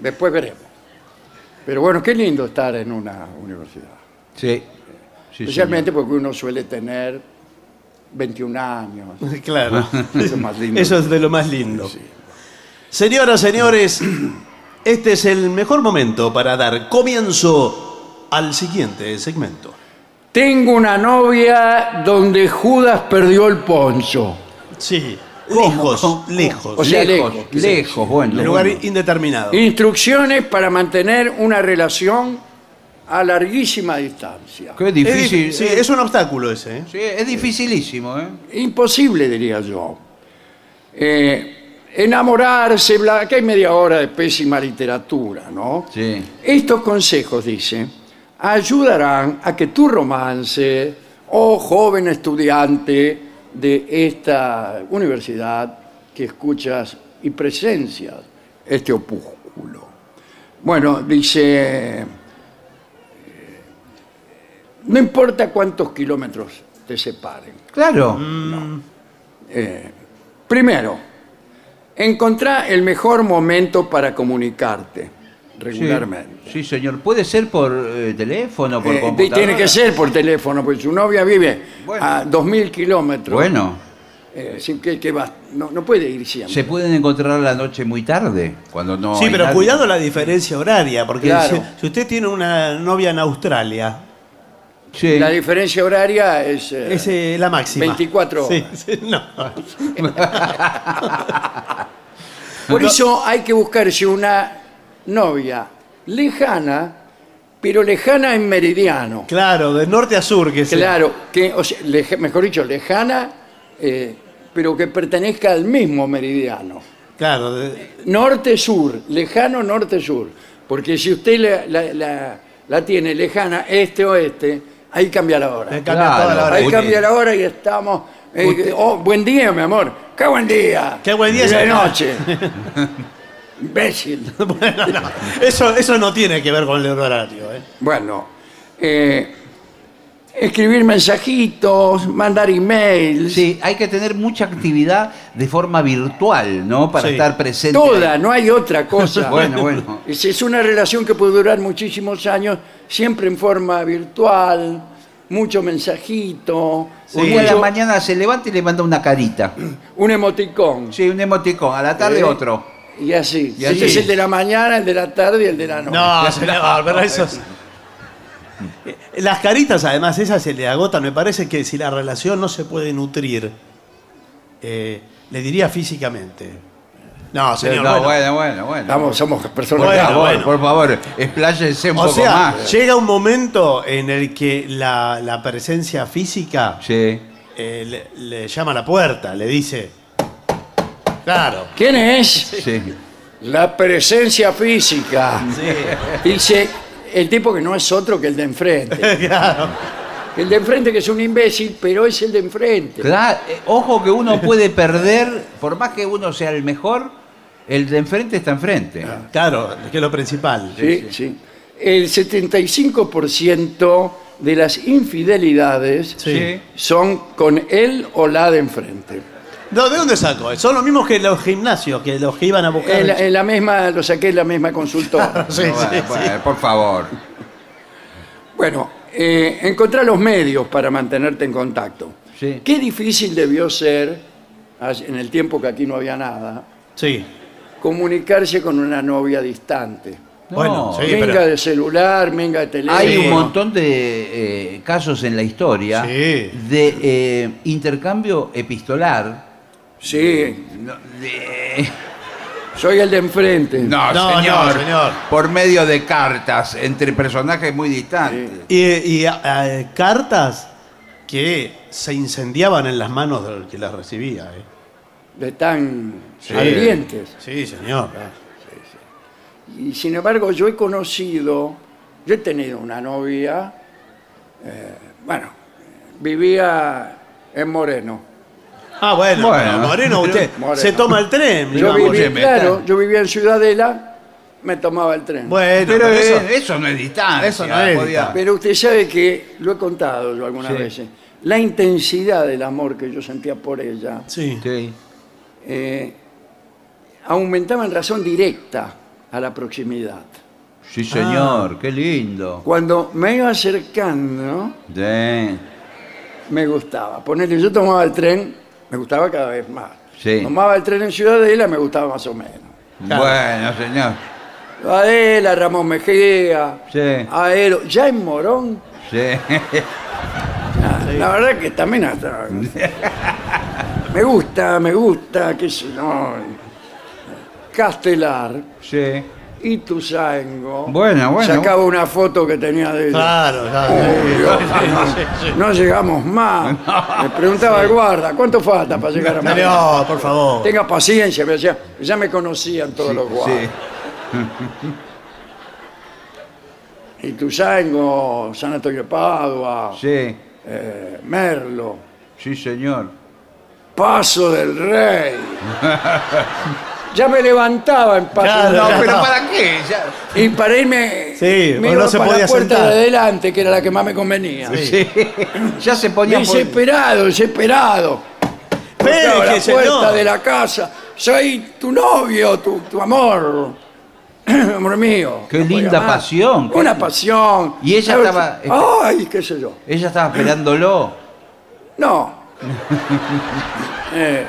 Speaker 3: Después veremos. Pero bueno, qué lindo estar en una universidad.
Speaker 5: Sí. Sí,
Speaker 3: Especialmente porque uno suele tener 21 años.
Speaker 4: Claro.
Speaker 3: Eso es más lindo.
Speaker 4: Eso es de lo más lindo. Señoras, señores, este es el mejor momento para dar comienzo al siguiente segmento.
Speaker 3: Tengo una novia donde Judas perdió el poncho.
Speaker 4: Sí.
Speaker 5: ¿Cómo?
Speaker 4: Lejos,
Speaker 5: ¿Cómo?
Speaker 4: lejos.
Speaker 3: O sea,
Speaker 5: lejos,
Speaker 3: lejos,
Speaker 5: lejos, bueno.
Speaker 4: en lugar
Speaker 5: bueno.
Speaker 4: indeterminado.
Speaker 5: Ah.
Speaker 3: Instrucciones para mantener una relación a larguísima distancia.
Speaker 5: Qué
Speaker 4: Es di-
Speaker 5: difícil.
Speaker 3: eh.
Speaker 4: sí, es un obstáculo ese. ¿eh?
Speaker 5: Sí, es dificilísimo, ¿eh?
Speaker 3: Imposible, diría yo. Eh, enamorarse, bla, acá hay media hora de pésima literatura, ¿no?
Speaker 5: Sí.
Speaker 3: Estos consejos, dice, ayudarán a que tu romance, oh joven estudiante de esta universidad que escuchas y presencias este opúsculo. Bueno, dice, eh, no importa cuántos kilómetros te separen.
Speaker 5: Claro.
Speaker 3: Mm. Primero, encontrá el mejor momento para comunicarte
Speaker 5: Sí.
Speaker 3: regularmente.
Speaker 5: Sí, señor. ¿Puede ser por eh, teléfono, por
Speaker 3: Eh,
Speaker 5: computadora?
Speaker 3: tiene que ser por teléfono, porque su novia vive
Speaker 5: Bueno.
Speaker 3: a 2.000 kilómetros.
Speaker 5: Bueno,
Speaker 3: Eh, sin que, que va- no, no puede ir siempre.
Speaker 5: se pueden encontrar la noche muy tarde, cuando no
Speaker 4: Sí,
Speaker 5: hay
Speaker 4: pero
Speaker 5: nadie.
Speaker 4: cuidado la diferencia horaria, porque
Speaker 3: Claro.
Speaker 4: si, si usted tiene una novia en Australia,
Speaker 5: Sí.
Speaker 3: La diferencia horaria es... eh,
Speaker 4: es eh, la máxima.
Speaker 3: 24
Speaker 4: Sí,
Speaker 3: horas.
Speaker 4: sí, no.
Speaker 3: por eso hay que buscarse una novia lejana, pero lejana en meridiano.
Speaker 4: Claro, de norte a sur que sea.
Speaker 3: Claro, que, o sea, leje- mejor dicho, lejana, eh, pero que pertenezca al mismo meridiano.
Speaker 4: Claro, de-
Speaker 3: norte-sur, lejano norte-sur. Porque si usted la, la- la- la tiene lejana este, este-oeste, ahí cambia la hora.
Speaker 4: le cambia
Speaker 5: Claro.
Speaker 4: toda la hora.
Speaker 3: Ahí
Speaker 5: usted-
Speaker 3: cambia la hora y estamos. eh, oh, buen día, mi amor. ¡Qué buen día!
Speaker 4: Qué buen día,
Speaker 3: ¡Qué
Speaker 4: señor.
Speaker 3: noche! Imbécil.
Speaker 4: Bueno, no, eso, eso no tiene que ver con el horario. ¿eh?
Speaker 3: Bueno, eh, escribir mensajitos, mandar emails.
Speaker 5: Sí, hay que tener mucha actividad de forma virtual, ¿no? Para
Speaker 4: Sí.
Speaker 5: estar presente.
Speaker 3: Toda, no hay otra cosa.
Speaker 5: Bueno, bueno.
Speaker 3: Es, es una relación que puede durar muchísimos años, siempre en forma virtual, mucho mensajito,
Speaker 5: Un día a la
Speaker 3: mucho-
Speaker 5: mañana se levanta y le manda una carita.
Speaker 3: un emoticón.
Speaker 5: Sí, un emoticón. A la tarde
Speaker 3: ¿eh?
Speaker 5: otro.
Speaker 3: Y así.
Speaker 5: Y así.
Speaker 3: Este es el de la mañana, el de la tarde y el de la noche.
Speaker 4: No, se le va, pero eso es- Las caritas, además, esas se le agotan. Me parece que si la relación no se puede nutrir, eh, le diría físicamente. No, señor.
Speaker 5: no,
Speaker 4: bueno.
Speaker 5: bueno, bueno, bueno.
Speaker 3: Estamos- somos personas
Speaker 4: Bueno,
Speaker 5: por favor,
Speaker 4: bueno.
Speaker 5: por favor, expláyense un
Speaker 4: O
Speaker 5: poco
Speaker 4: sea,
Speaker 5: más.
Speaker 4: llega un momento en el que la, la presencia física
Speaker 5: Sí.
Speaker 4: eh, le, le llama a la puerta, le dice. Claro.
Speaker 3: ¿Quién es?
Speaker 5: Sí.
Speaker 3: La presencia física. Dice el tipo que no es otro que el de enfrente.
Speaker 4: claro.
Speaker 3: El de enfrente que es un imbécil, pero es el de enfrente.
Speaker 5: Claro, eh, ojo que uno puede perder, por más que uno sea el mejor, el de enfrente está enfrente.
Speaker 4: Claro, que es lo principal.
Speaker 3: Sí, sí. El 75% de las infidelidades
Speaker 4: Sí.
Speaker 3: son con él o la de enfrente.
Speaker 4: No, ¿De dónde saco? Son los mismos que los gimnasios, que los que iban a buscar.
Speaker 3: En la, en la misma, lo saqué en la misma consultora.
Speaker 4: Sí,
Speaker 5: Bueno,
Speaker 4: sí, sí.
Speaker 5: bueno, por favor.
Speaker 3: Bueno, eh, encontrar los medios para mantenerte en contacto.
Speaker 5: Sí.
Speaker 3: Qué difícil debió ser, as- en el tiempo que aquí no había nada,
Speaker 4: Sí.
Speaker 3: comunicarse con una novia distante.
Speaker 5: No.
Speaker 4: Bueno, sí,
Speaker 3: menga
Speaker 4: pero-
Speaker 3: de celular, menga de teléfono.
Speaker 5: Hay un montón de eh, casos en la historia
Speaker 4: Sí.
Speaker 5: de eh, intercambio epistolar.
Speaker 3: Sí,
Speaker 5: No, de-
Speaker 3: soy el de enfrente.
Speaker 5: No,
Speaker 4: No,
Speaker 5: señor,
Speaker 4: no, señor.
Speaker 5: Por medio de cartas entre personajes muy distantes.
Speaker 4: Y, y, eh, cartas que se incendiaban en las manos del que las recibía. ¿eh?
Speaker 3: De tan ardientes.
Speaker 4: Sí, señor.
Speaker 3: Y sin embargo, yo he conocido, yo he tenido una novia, eh, bueno, vivía en Moreno.
Speaker 4: Ah, bueno,
Speaker 5: Bueno.
Speaker 4: pero Moreno, usted
Speaker 3: Moreno.
Speaker 4: se toma el tren.
Speaker 3: Yo
Speaker 4: digamos.
Speaker 3: vivía,
Speaker 5: óyeme,
Speaker 3: claro,
Speaker 5: está.
Speaker 3: yo vivía en Ciudadela, me tomaba el tren.
Speaker 4: Bueno,
Speaker 5: Pero,
Speaker 4: pero
Speaker 5: eh,
Speaker 4: eso,
Speaker 5: eso, no es distancia.
Speaker 4: eso no es distancia.
Speaker 3: Pero usted sabe que, lo he contado yo algunas
Speaker 5: Sí.
Speaker 3: veces, la intensidad del amor que yo sentía por ella
Speaker 4: sí.
Speaker 5: Sí.
Speaker 3: eh, aumentaba en razón directa a la proximidad.
Speaker 5: Sí,
Speaker 4: Ah.
Speaker 5: señor, qué lindo.
Speaker 3: Cuando me iba acercando,
Speaker 5: Sí.
Speaker 3: me gustaba. Ponele, yo tomaba el tren, me gustaba cada vez más.
Speaker 5: Sí.
Speaker 3: Tomaba el tren en Ciudadela, me gustaba más o menos.
Speaker 5: Bueno, señor.
Speaker 3: Adela, Ramón Mejía,
Speaker 5: Sí.
Speaker 3: Aero, ya en Morón, ah,
Speaker 5: Sí.
Speaker 3: la verdad que también hasta... me gusta, me gusta, qué sé yo. Castelar,
Speaker 5: Sí.
Speaker 3: Ituzaingo.
Speaker 5: Bueno, bueno.
Speaker 3: Sacaba una foto que tenía de ella.
Speaker 4: Claro, claro. sí, sí, sí, sí.
Speaker 3: No llegamos más. Le preguntaba al guarda, ¿cuánto falta para llegar a Morón?
Speaker 4: No, por favor.
Speaker 3: Tenga paciencia, me decía, ya me conocían todos los guardas.
Speaker 5: Sí.
Speaker 3: Ituzaingo, San Antonio de Padua,
Speaker 5: Sí.
Speaker 3: eh, Merlo,
Speaker 5: Sí, señor.
Speaker 3: Paso del Rey. ya me levantaba en Paso
Speaker 4: Claro,
Speaker 3: del
Speaker 4: ya
Speaker 3: Rey.
Speaker 4: está.
Speaker 5: para qué? Ya-
Speaker 3: Y para irme,
Speaker 4: Sí,
Speaker 3: me
Speaker 4: o
Speaker 3: iba
Speaker 4: no se
Speaker 3: para
Speaker 4: podía
Speaker 3: la puerta
Speaker 4: sentar.
Speaker 3: de adelante, que era la que más me convenía.
Speaker 5: Sí. Ya se ponía por-
Speaker 3: Desesperado, desesperado.
Speaker 4: Pero
Speaker 3: Tocaba
Speaker 4: que
Speaker 3: la
Speaker 4: se-
Speaker 3: puerta
Speaker 4: no.
Speaker 3: de la casa. Soy tu novio, tu, tu amor. amor mío.
Speaker 5: Qué
Speaker 3: No podía
Speaker 5: linda
Speaker 3: más.
Speaker 5: pasión.
Speaker 3: Una pasión.
Speaker 5: Y ella
Speaker 3: ¿Sabes?
Speaker 5: estaba- eh,
Speaker 3: Ay, qué sé yo.
Speaker 5: Ella estaba esperándolo.
Speaker 3: No. Eh,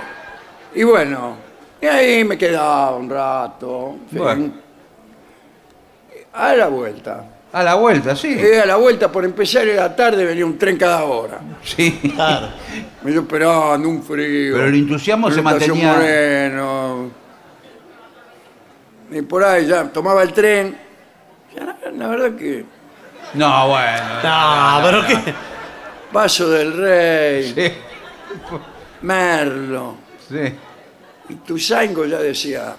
Speaker 3: y bueno, y ahí me quedaba un rato. en fin.
Speaker 5: Bueno.
Speaker 3: A la vuelta.
Speaker 5: A la vuelta, sí.
Speaker 3: Eh, a la vuelta, por empezar, era tarde, venía un tren cada hora.
Speaker 5: Sí.
Speaker 4: Claro.
Speaker 3: Me dio esperando, un frío.
Speaker 5: Pero el entusiasmo se
Speaker 3: orientación
Speaker 5: mantenía-
Speaker 3: Moreno. Y por ahí ya tomaba el tren. Ya, la- la verdad que
Speaker 5: No, bueno.
Speaker 4: No,
Speaker 3: Ah.
Speaker 4: pero qué.
Speaker 3: Paso del Rey,
Speaker 5: Sí.
Speaker 3: Merlo.
Speaker 5: sí.
Speaker 3: Y Tuzango ya decía,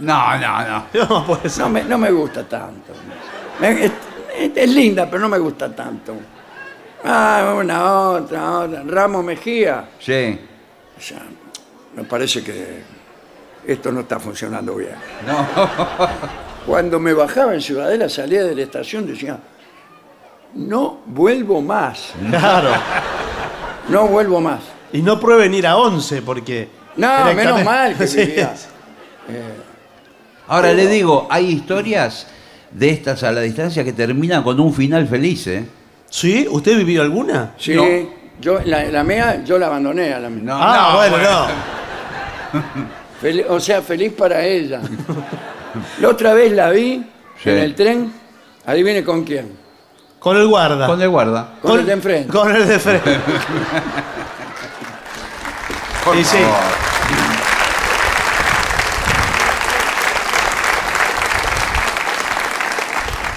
Speaker 5: No, no, no.
Speaker 4: No, pues.
Speaker 3: No me, no me gusta tanto. Me- Es, es- es linda, pero no me gusta tanto. Ah, una otra, otra. Ramos Mejía.
Speaker 5: Sí.
Speaker 3: Ya, me parece que esto no está funcionando bien.
Speaker 5: No.
Speaker 3: Cuando me bajaba en Ciudadela, salía de la estación, decía, no vuelvo más,
Speaker 4: Claro.
Speaker 3: no vuelvo más.
Speaker 4: Y no prueben ir a 11 porque.
Speaker 3: No, menos
Speaker 4: directamente-
Speaker 3: mal que
Speaker 4: Sí.
Speaker 3: vivía.
Speaker 5: Ahora le digo, hay historias de estas a la distancia que terminan con un final feliz, ¿eh?
Speaker 4: ¿Sí? ¿Usted vivió alguna?
Speaker 3: Sí, yo, la, la mía, yo la abandoné a la mía.
Speaker 5: No,
Speaker 4: Ah,
Speaker 5: no,
Speaker 4: bueno,
Speaker 3: Fel- o sea, feliz para ella. La otra vez la vi
Speaker 5: Sí.
Speaker 3: en el tren. Ahí viene con quién.
Speaker 4: no. Con el guarda.
Speaker 5: Con el guarda.
Speaker 3: Con el de enfrente.
Speaker 4: Con el de frente. Y sí.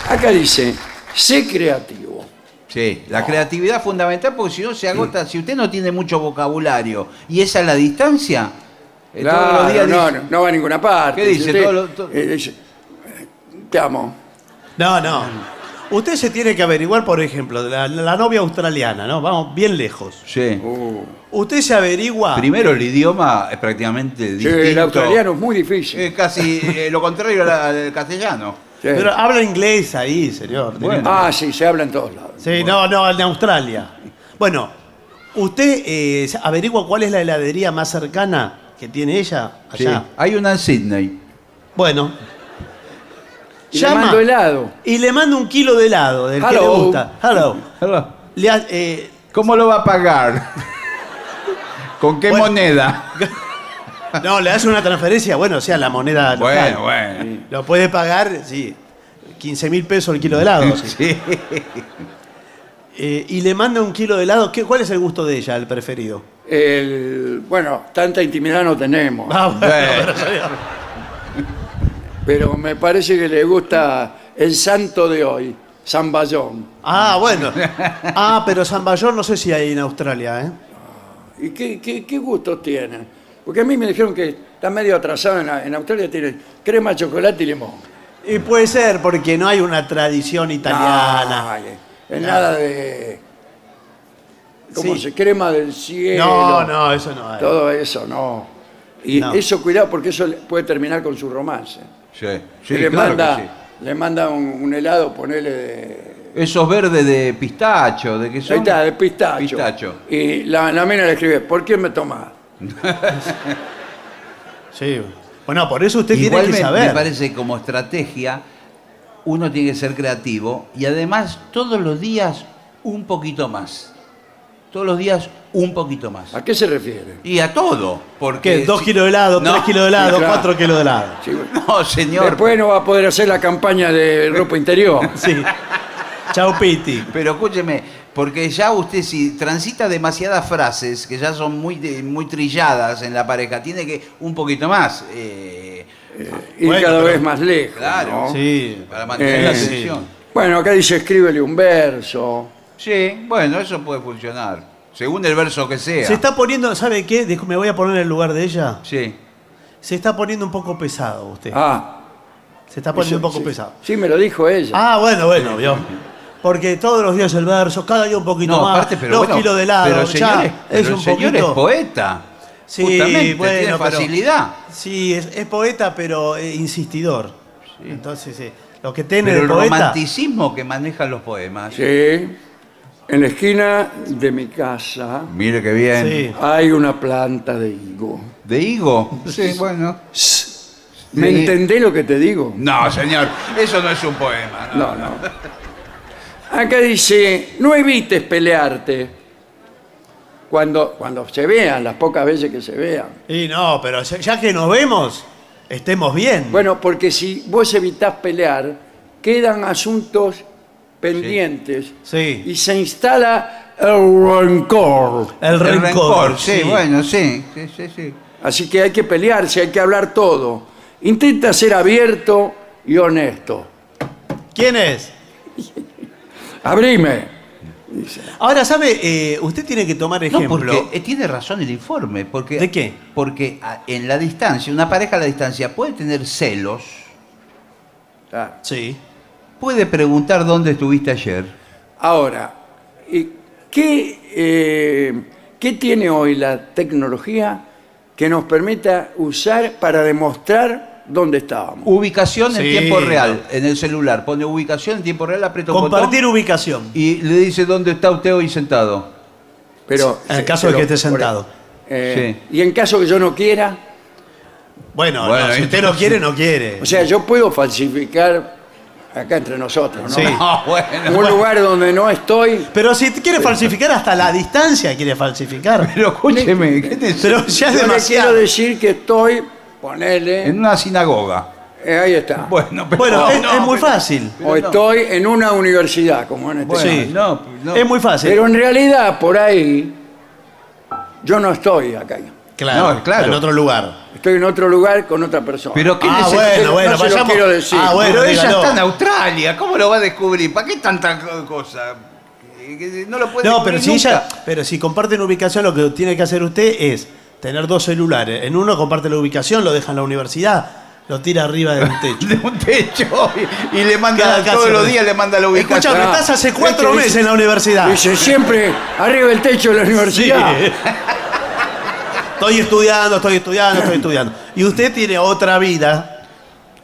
Speaker 3: Acá dice, sé creativo.
Speaker 5: Sí, la creatividad fundamental porque si no se agota, si usted no tiene mucho vocabulario y esa es la distancia, eh, todos los días
Speaker 3: no,
Speaker 5: dice-
Speaker 3: no, no va a ninguna parte.
Speaker 5: ¿Qué dice?
Speaker 3: Si usted,
Speaker 5: Todo lo- to-
Speaker 3: eh, dice, te amo.
Speaker 4: No, no. Usted se tiene que averiguar, por ejemplo, de la, la novia australiana, ¿no? Vamos bien lejos.
Speaker 5: Sí.
Speaker 3: Uh,
Speaker 4: Usted se averigua.
Speaker 5: Primero el idioma es prácticamente
Speaker 3: Ah. sí,
Speaker 5: distinto.
Speaker 3: el australiano es muy difícil.
Speaker 5: Eh, casi eh, lo contrario a la- al castellano.
Speaker 3: Sí.
Speaker 4: Pero habla inglés ahí, señor.
Speaker 5: Bueno.
Speaker 3: ah, sí, se habla en todos lados.
Speaker 4: Sí, no, no, en Australia. Bueno, usted eh, averigua cuál es la heladería más cercana que tiene ella
Speaker 5: Sí.
Speaker 4: allá.
Speaker 5: Hay una en Sydney.
Speaker 4: Bueno,
Speaker 3: Y le mando helado.
Speaker 4: Y le mando un kilo de helado del que le
Speaker 3: Hello.
Speaker 4: gusta. Hello. Le ha- eh,
Speaker 5: ¿Cómo lo va a pagar? ¿Con qué
Speaker 4: Bueno.
Speaker 5: moneda?
Speaker 4: no, le hace una transferencia, bueno, o sea, la moneda local.
Speaker 5: Bueno, bueno.
Speaker 4: Lo puede pagar, sí, 15 mil pesos el kilo de helado. sí.
Speaker 5: Sí.
Speaker 4: Eh, y le manda un kilo de helado. ¿Qué- ¿Cuál es el gusto de ella, el preferido?
Speaker 3: El- bueno, tanta intimidad no tenemos,
Speaker 4: Ah, bueno,
Speaker 5: Bueno.
Speaker 4: pero señor.
Speaker 3: pero me parece que le gusta el santo de hoy, San Bayón.
Speaker 4: Ah, bueno. Ah, pero Zambayón no sé si hay en Australia, ¿eh?
Speaker 3: ¿Y qué, qué, qué gustos tienen? Porque a mí me dijeron que está medio atrasado en, la- en Australia, tienen crema, chocolate y limón.
Speaker 4: Y puede ser, porque no hay una tradición italiana.
Speaker 3: Ay, es nada de... ¿Cómo
Speaker 4: Sí.
Speaker 3: se crema del cielo?
Speaker 4: No, no, eso no hay.
Speaker 3: Todo eso, no. Y
Speaker 4: No.
Speaker 3: eso, cuidado, porque eso le- puede terminar con su romance.
Speaker 5: Sí,
Speaker 3: Y
Speaker 5: sí,
Speaker 3: le,
Speaker 5: claro que
Speaker 3: manda,
Speaker 5: sí.
Speaker 3: le manda un, un helado, ponele de...
Speaker 5: Esos verdes de pistacho, de que son.
Speaker 3: Ahí está, de pistacho.
Speaker 5: Pistacho.
Speaker 3: Y la, la mina le escribe, ¿por qué me tomás?
Speaker 4: Sí. Bueno, por eso usted
Speaker 5: Igual
Speaker 4: tiene
Speaker 5: me,
Speaker 4: que
Speaker 5: me
Speaker 4: saber.
Speaker 5: parece como estrategia, uno tiene que ser creativo y además todos los días un poquito más. Todos los días un poquito más.
Speaker 3: ¿A qué se refiere?
Speaker 5: Y a todo. Porque
Speaker 4: ¿Qué? ¿Dos
Speaker 5: si-
Speaker 4: kilos de helado,
Speaker 5: Eh, No,
Speaker 4: tres kilos de helado,
Speaker 3: claro.
Speaker 4: cuatro kilos de helado?
Speaker 3: Sí, bueno.
Speaker 5: No, señor.
Speaker 3: Después no va a poder hacer la campaña de ropa interior.
Speaker 4: Sí. Chao, Piti.
Speaker 5: Pero escúcheme, porque ya usted si transita demasiadas frases que ya son muy, de- muy trilladas en la pareja, tiene que un poquito más. eh,
Speaker 3: Ir
Speaker 4: Bueno,
Speaker 3: cada
Speaker 4: pero-
Speaker 3: vez más lejos.
Speaker 5: claro,
Speaker 3: ¿no?
Speaker 4: Sí.
Speaker 5: para mantener la
Speaker 3: Eh,
Speaker 5: tensión.
Speaker 3: Bueno, acá dice escríbele un verso.
Speaker 5: Sí, bueno, eso puede funcionar. Según el verso que sea.
Speaker 4: Se está poniendo, ¿sabe qué? Discul- Me voy a poner en el lugar de ella.
Speaker 5: Sí.
Speaker 4: Se está poniendo un poco pesado usted.
Speaker 3: Ah,
Speaker 4: Se está poniendo
Speaker 3: eso-
Speaker 4: un poco
Speaker 3: sí,
Speaker 4: pesado.
Speaker 3: Sí, me lo dijo ella.
Speaker 4: Ah, bueno, bueno, vio. Porque todos los días el verso, cada día un poquito
Speaker 5: No,
Speaker 4: más.
Speaker 5: aparte, pero
Speaker 4: dos
Speaker 5: bueno,
Speaker 4: kilos de helado.
Speaker 5: pero
Speaker 4: ya,
Speaker 5: señor es,
Speaker 4: es
Speaker 5: pero el
Speaker 4: un
Speaker 5: señor
Speaker 4: poquito.
Speaker 5: es poeta.
Speaker 4: Sí,
Speaker 5: Justamente,
Speaker 4: bueno,
Speaker 5: tiene
Speaker 4: pero-
Speaker 5: facilidad.
Speaker 4: Sí, es, es poeta, pero eh, insistidor. Entonces, eh, lo que tiene
Speaker 5: Pero
Speaker 4: de
Speaker 5: el
Speaker 4: poeta.
Speaker 5: romanticismo que manejan los poemas.
Speaker 3: Sí. En la esquina de mi casa
Speaker 5: Mire qué bien.
Speaker 4: Sí.
Speaker 3: hay una planta de higo.
Speaker 5: ¿De higo? Sí, bueno.
Speaker 3: ¿Me
Speaker 5: Sí.
Speaker 3: entendés lo que te digo?
Speaker 5: No, señor, eso no es un poema. No.
Speaker 3: No, no. Acá dice, no evites pelearte. Cuando, cuando se vean, las pocas veces que se vean.
Speaker 4: Y no, pero ya, ya que nos vemos, estemos bien.
Speaker 3: Bueno, porque si vos evitás pelear, quedan asuntos pendientes
Speaker 4: Sí.
Speaker 3: y se instala el rencor.
Speaker 4: el,
Speaker 5: El
Speaker 4: rencor.
Speaker 5: rencor, sí, bueno, sí, sí, sí, sí.
Speaker 3: Así que hay que pelearse, hay que hablar todo. Intenta ser abierto y honesto.
Speaker 4: ¿Quién es?
Speaker 3: Abrime.
Speaker 4: Ahora, ¿sabe? Eh, usted tiene que tomar
Speaker 5: No,
Speaker 4: ejemplo.
Speaker 5: porque eh, tiene razón el informe. Porque,
Speaker 4: ¿De qué?
Speaker 5: Porque a- en la distancia, una pareja a la distancia puede tener celos,
Speaker 3: Ah,
Speaker 4: Sí.
Speaker 5: puede preguntar dónde estuviste ayer.
Speaker 3: Ahora, ¿y ¿qué, eh, ¿qué tiene hoy la tecnología que nos permita usar para demostrar dónde
Speaker 4: Uh,
Speaker 3: estábamos?
Speaker 5: Ubicación en
Speaker 4: Sí.
Speaker 5: tiempo real, en el celular. Pone ubicación en tiempo real, aprieta un
Speaker 4: Compartir
Speaker 5: botón
Speaker 4: ubicación.
Speaker 5: y le dice dónde está usted hoy sentado.
Speaker 3: Pero,
Speaker 4: En el caso de que esté sentado.
Speaker 3: eh, Y en caso que yo no quiera,
Speaker 4: Bueno,
Speaker 5: Bueno,
Speaker 4: no, si usted no quiere, no quiere.
Speaker 3: o sea, yo puedo falsificar acá entre nosotros, ¿no?
Speaker 4: Sí.
Speaker 5: No, bueno.
Speaker 3: Un lugar donde no estoy,
Speaker 4: Pero si quiere falsificar hasta la distancia, quiere falsificar.
Speaker 5: Pero escúcheme, este ¿qué te-
Speaker 4: Pero ya es
Speaker 3: yo le quiero
Speaker 4: demasiado.
Speaker 3: decir que estoy, ponele,
Speaker 5: en una sinagoga.
Speaker 3: eh, ahí está.
Speaker 5: Bueno, pero
Speaker 4: Bueno,
Speaker 5: no,
Speaker 4: es,
Speaker 5: no,
Speaker 4: es muy
Speaker 5: pero-
Speaker 4: fácil.
Speaker 3: o estoy en una universidad, como en este
Speaker 5: Bueno,
Speaker 4: Sí.
Speaker 5: no, no.
Speaker 4: Es muy fácil.
Speaker 3: Pero en realidad, por ahí, yo no estoy acá.
Speaker 4: claro,
Speaker 5: No, claro.
Speaker 4: En otro lugar.
Speaker 3: Estoy en otro lugar con otra persona.
Speaker 5: Pero qué
Speaker 4: Ah,
Speaker 5: neces-
Speaker 4: bueno,
Speaker 3: no
Speaker 4: bueno,
Speaker 3: se lo
Speaker 4: vayamos.
Speaker 3: quiero decir.
Speaker 4: Ah, bueno,
Speaker 5: Pero ella
Speaker 4: dígalo.
Speaker 5: está en Australia, ¿cómo lo va a descubrir? ¿Para qué tanta co- cosa? Eh, que No lo puede
Speaker 4: No,
Speaker 5: descubrir
Speaker 4: pero si
Speaker 5: nunca.
Speaker 4: ella, pero si comparten ubicación, lo que tiene que hacer usted es tener dos celulares. En uno comparte la ubicación, lo deja en la universidad, lo tira arriba de un techo.
Speaker 5: de un techo y, y le manda
Speaker 4: Cada casa,
Speaker 5: todos los
Speaker 4: ¿no?
Speaker 5: días le manda la ubicación.
Speaker 4: Escúchame, estás hace
Speaker 3: Este
Speaker 4: cuatro
Speaker 3: dice-
Speaker 4: meses en la universidad.
Speaker 3: Dice siempre arriba del techo de la
Speaker 4: Sí.
Speaker 3: universidad.
Speaker 4: Estoy estudiando, estoy estudiando, estoy estudiando. Y usted tiene otra vida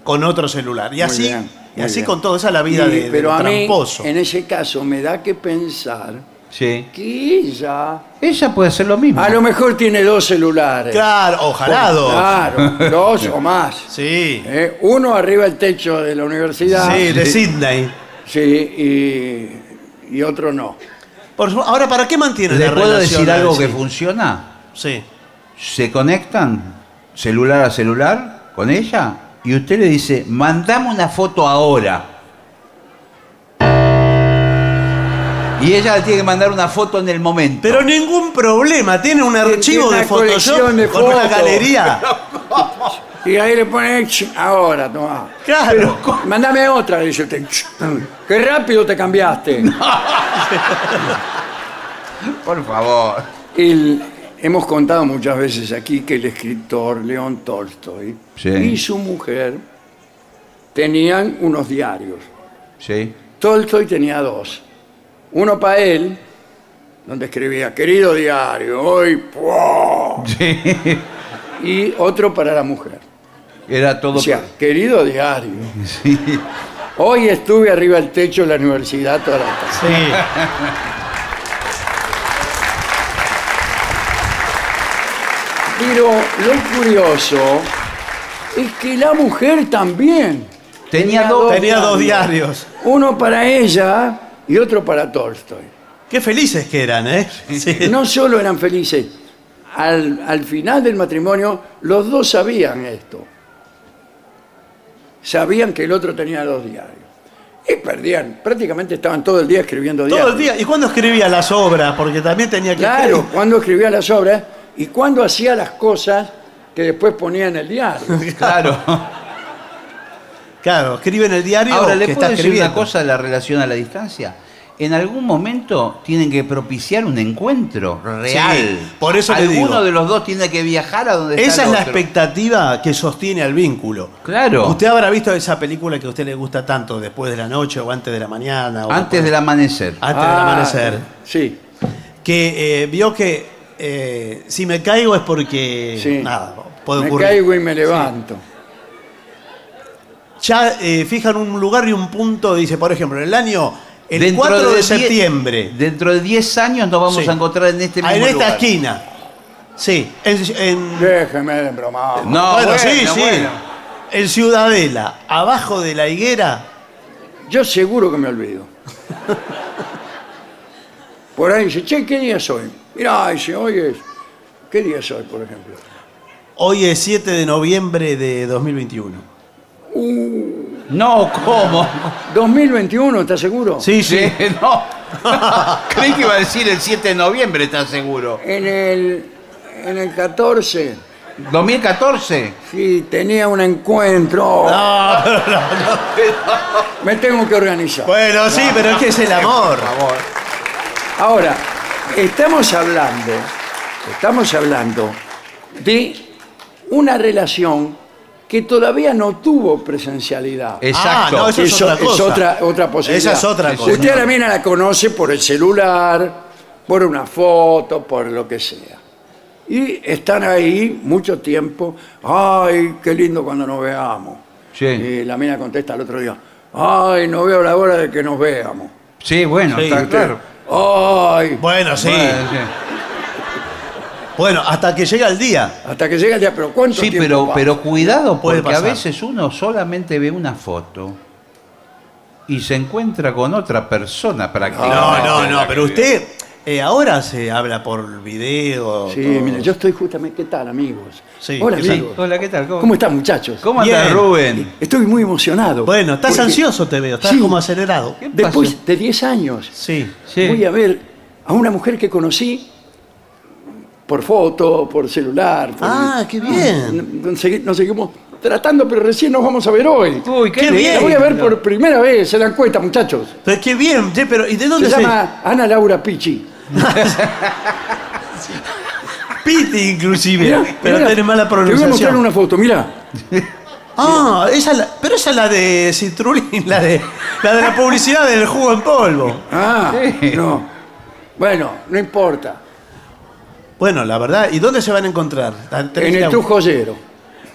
Speaker 4: con otro celular. Y
Speaker 3: Muy
Speaker 4: así,
Speaker 3: bien,
Speaker 4: y
Speaker 3: muy
Speaker 4: así
Speaker 3: bien.
Speaker 4: con todo. Esa es la vida
Speaker 3: Y-
Speaker 4: de, del
Speaker 3: pero a mí,
Speaker 4: tramposo.
Speaker 3: en ese caso, me da que pensar
Speaker 5: Sí.
Speaker 3: Quilla.
Speaker 5: Ella puede hacer lo mismo.
Speaker 3: A lo mejor tiene dos celulares.
Speaker 4: Claro, ojalá dos.
Speaker 3: Claro, dos o más.
Speaker 4: Sí.
Speaker 3: Eh, Uno arriba del techo de la universidad.
Speaker 4: Sí, de Sydney.
Speaker 3: Sí, y, y otro no.
Speaker 4: Por su- Ahora, ¿para qué mantiene
Speaker 5: ¿Le
Speaker 4: la
Speaker 5: puedo
Speaker 4: relación?
Speaker 5: decir
Speaker 4: a ver
Speaker 5: algo
Speaker 4: si-
Speaker 5: que funciona?
Speaker 4: Sí.
Speaker 5: Se conectan celular a celular con ella y usted le dice, mandame una foto ahora. Y ella le tiene que mandar una foto en el momento.
Speaker 4: Pero ningún problema, tiene un archivo
Speaker 3: una
Speaker 4: de Photoshop
Speaker 3: colección de
Speaker 4: con una
Speaker 3: fotos.
Speaker 4: galería.
Speaker 3: Y ahí le pone "Ch, ahora, toma.
Speaker 4: Claro.
Speaker 3: Mándame otra, dice usted. Ch, Qué rápido te cambiaste.
Speaker 5: Por favor.
Speaker 3: El- hemos contado muchas veces aquí que el escritor León Tolstoy
Speaker 5: Sí.
Speaker 3: y su mujer tenían unos diarios.
Speaker 5: Sí.
Speaker 3: Tolstoy tenía dos. Uno para él, donde escribía, querido diario, hoy... ¡pua! Y otro para la mujer.
Speaker 5: Era todo.
Speaker 3: Decía, querido diario, hoy estuve arriba del techo de la universidad toda la tarde.
Speaker 4: Sí.
Speaker 3: Pero lo curioso es que la mujer también.
Speaker 5: Tenía dos-
Speaker 4: Tenía dos diarios.
Speaker 3: Uno para ella y otro para Tolstoy.
Speaker 4: Qué felices que eran, ¿eh? Sí.
Speaker 3: No solo eran felices, al, al final del matrimonio los dos sabían esto. Sabían que el otro tenía dos diarios. Y perdían, prácticamente estaban todo el día escribiendo diarios.
Speaker 4: Todo el día. ¿Y cuándo escribía las obras? Porque también tenía que
Speaker 3: Claro, cuando escribía las obras y cuando hacía las cosas que después ponía en el diario.
Speaker 5: Claro.
Speaker 4: Claro, escribe en el diario
Speaker 5: Ahora,
Speaker 4: que
Speaker 5: ¿le
Speaker 4: está
Speaker 5: puedo decir
Speaker 4: escribiendo.
Speaker 5: una cosa de la relación a la distancia? En algún momento tienen que propiciar un encuentro real.
Speaker 4: Sí, por eso le
Speaker 5: Alguno
Speaker 4: digo.
Speaker 5: de los dos tiene que viajar a donde está
Speaker 4: Esa
Speaker 5: el
Speaker 4: es la
Speaker 5: otro.
Speaker 4: expectativa que sostiene al vínculo.
Speaker 5: Claro.
Speaker 4: Usted habrá visto esa película que a usted le gusta tanto, después de la noche o antes de la mañana. O
Speaker 5: Antes del amanecer.
Speaker 4: antes del
Speaker 3: Ah.
Speaker 4: amanecer.
Speaker 3: Sí,
Speaker 4: Que eh, vio que eh, si me caigo es porque.
Speaker 3: sí.
Speaker 4: Nada, puede
Speaker 3: me
Speaker 4: ocurrir.
Speaker 3: caigo y me levanto.
Speaker 4: Ya eh, fijan un lugar y un punto, dice, por ejemplo, en el año. El
Speaker 5: Dentro
Speaker 4: 4 de,
Speaker 5: diez-
Speaker 4: septiembre.
Speaker 5: dentro de 10 años nos vamos
Speaker 4: Sí.
Speaker 5: a encontrar en este
Speaker 4: Ah,
Speaker 5: mismo
Speaker 4: en esta
Speaker 5: lugar.
Speaker 4: esquina. Sí, en, en-
Speaker 3: Déjeme de bromar.
Speaker 5: No,
Speaker 4: bueno,
Speaker 5: Ah, bueno,
Speaker 4: sí, sí.
Speaker 5: bueno.
Speaker 4: En Ciudadela, abajo de la higuera.
Speaker 3: Yo seguro que me olvido. Por ahí dice, che, ¿qué día es hoy? Mirá, dice, hoy es... ¿Qué día es hoy, por ejemplo?
Speaker 4: Hoy es 7 de noviembre de 2021.
Speaker 5: No, ¿cómo?
Speaker 3: 2021, ¿estás seguro?
Speaker 4: Sí, sí.
Speaker 5: Sí, no. Creí que iba a decir el 7 de noviembre, ¿estás seguro?
Speaker 3: En el, en el 14,
Speaker 5: ¿2014?
Speaker 3: sí, tenía un encuentro.
Speaker 4: No, no, no.
Speaker 3: Me tengo que organizar.
Speaker 4: Bueno, sí,
Speaker 5: Ah.
Speaker 4: pero es que es el amor.
Speaker 3: Ahora, estamos hablando, estamos hablando de una relación que todavía no tuvo presencialidad.
Speaker 5: Exacto.
Speaker 4: Ah, no, eso es
Speaker 3: Eso
Speaker 4: otra cosa.
Speaker 3: otra, otra posibilidad.
Speaker 4: Esa es otra cosa.
Speaker 3: Usted a la mina la conoce por el celular, por una foto, por lo que sea. Y están ahí mucho tiempo. Ay, qué lindo cuando nos veamos.
Speaker 5: Sí.
Speaker 3: Y la mina contesta al otro día. Ay, no veo la hora de que nos veamos.
Speaker 5: Sí, bueno,
Speaker 4: Sí,
Speaker 5: está claro.
Speaker 3: Ay,
Speaker 4: Bueno, sí.
Speaker 5: Bueno, sí.
Speaker 4: Bueno, hasta que llega el día.
Speaker 3: hasta que llega el día. Pero ¿cuánto
Speaker 5: Sí,
Speaker 3: tiempo
Speaker 5: pero,
Speaker 3: pasa?
Speaker 5: pero cuidado
Speaker 4: Puede
Speaker 5: porque a
Speaker 4: pasar.
Speaker 5: veces uno solamente ve una foto y se encuentra con otra persona
Speaker 4: No,
Speaker 3: Ah,
Speaker 5: prácticamente.
Speaker 4: no, no, pero usted eh, ahora se habla por video.
Speaker 3: Sí,
Speaker 4: todo.
Speaker 3: mira, yo estoy justamente... ¿Qué tal, amigos?
Speaker 4: Sí,
Speaker 3: Hola,
Speaker 4: ¿qué tal?
Speaker 3: amigos.
Speaker 5: Hola, ¿qué tal?
Speaker 3: ¿Cómo están, muchachos?
Speaker 5: ¿Cómo
Speaker 4: Bien.
Speaker 5: anda Rubén?
Speaker 3: Estoy muy emocionado.
Speaker 4: Bueno, estás
Speaker 3: Porque
Speaker 4: ansioso, te veo. Estás
Speaker 3: Sí.
Speaker 4: como acelerado.
Speaker 3: Después de 10 años...
Speaker 4: Sí.
Speaker 5: Sí.
Speaker 3: voy a ver a una mujer que conocí por foto, por celular. por-
Speaker 4: Ah, qué bien.
Speaker 3: Nos, segui- nos seguimos tratando, pero recién nos vamos a ver hoy.
Speaker 5: Uy, qué,
Speaker 4: Qué
Speaker 5: lindo.
Speaker 3: La
Speaker 4: bien.
Speaker 3: voy a ver por primera vez, se dan cuenta, muchachos.
Speaker 4: Pero qué bien, che, pero ¿y de
Speaker 3: Se
Speaker 4: dónde se
Speaker 3: llama Ana Laura Pichi.
Speaker 4: Piti, inclusive.
Speaker 3: Mirá,
Speaker 4: pero
Speaker 3: mirá,
Speaker 4: tiene mala
Speaker 3: Te voy a mostrar
Speaker 4: pronunciación.
Speaker 3: una foto, mira.
Speaker 4: Ah, esa la- pero esa es la de Citrulín, la de, la de la publicidad del jugo en polvo.
Speaker 3: Ah, no. Bueno, no importa.
Speaker 4: Bueno, la verdad, ¿y dónde se van a encontrar? La- tenés
Speaker 3: En
Speaker 4: que-
Speaker 3: el Trujoyero.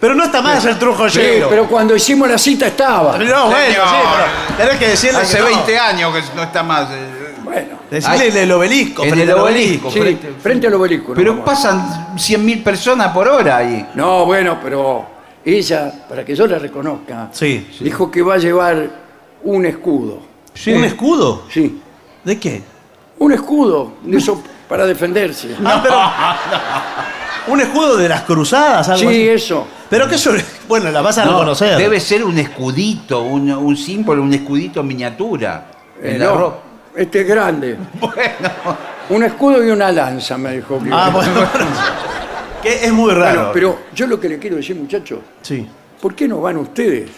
Speaker 4: Pero no está más el trujo
Speaker 3: Sí,
Speaker 4: lleno.
Speaker 3: pero cuando hicimos la cita estaba.
Speaker 4: No, bueno, sí, pero tenés que decirle
Speaker 5: Hace
Speaker 4: que no.
Speaker 5: 20 años que no está más. eh,
Speaker 3: Bueno,
Speaker 4: Decirle
Speaker 5: Ahí.
Speaker 4: el obelisco.
Speaker 5: En
Speaker 4: frente
Speaker 5: el
Speaker 4: al
Speaker 5: obelisco,
Speaker 3: Sí,
Speaker 5: frente-
Speaker 3: frente al obelisco. nos
Speaker 5: Pero
Speaker 3: vamos.
Speaker 5: pasan 100.000 personas por hora ahí.
Speaker 3: No, bueno, pero ella, para que yo la reconozca,
Speaker 4: Sí, sí.
Speaker 3: dijo que va a llevar un escudo.
Speaker 4: ¿Un escudo?
Speaker 3: Sí,
Speaker 4: ¿De qué?
Speaker 3: un escudo, de eso para defenderse.
Speaker 4: Ah, pero- un escudo de las cruzadas, algo
Speaker 3: Sí,
Speaker 4: así.
Speaker 3: eso.
Speaker 4: Pero que eso, bueno, la vas a
Speaker 5: No,
Speaker 4: reconocer.
Speaker 5: Debe ser un escudito, un, un símbolo, un escudito miniatura.
Speaker 3: Eh,
Speaker 5: En la
Speaker 3: no,
Speaker 5: ropa.
Speaker 3: este es grande.
Speaker 5: Bueno,
Speaker 3: Un escudo y una lanza, me dijo. que-
Speaker 4: Ah, bueno. que es muy
Speaker 3: Bueno,
Speaker 4: raro.
Speaker 3: pero yo lo que le quiero decir, muchachos,
Speaker 4: Sí,
Speaker 3: ¿por qué no van ustedes?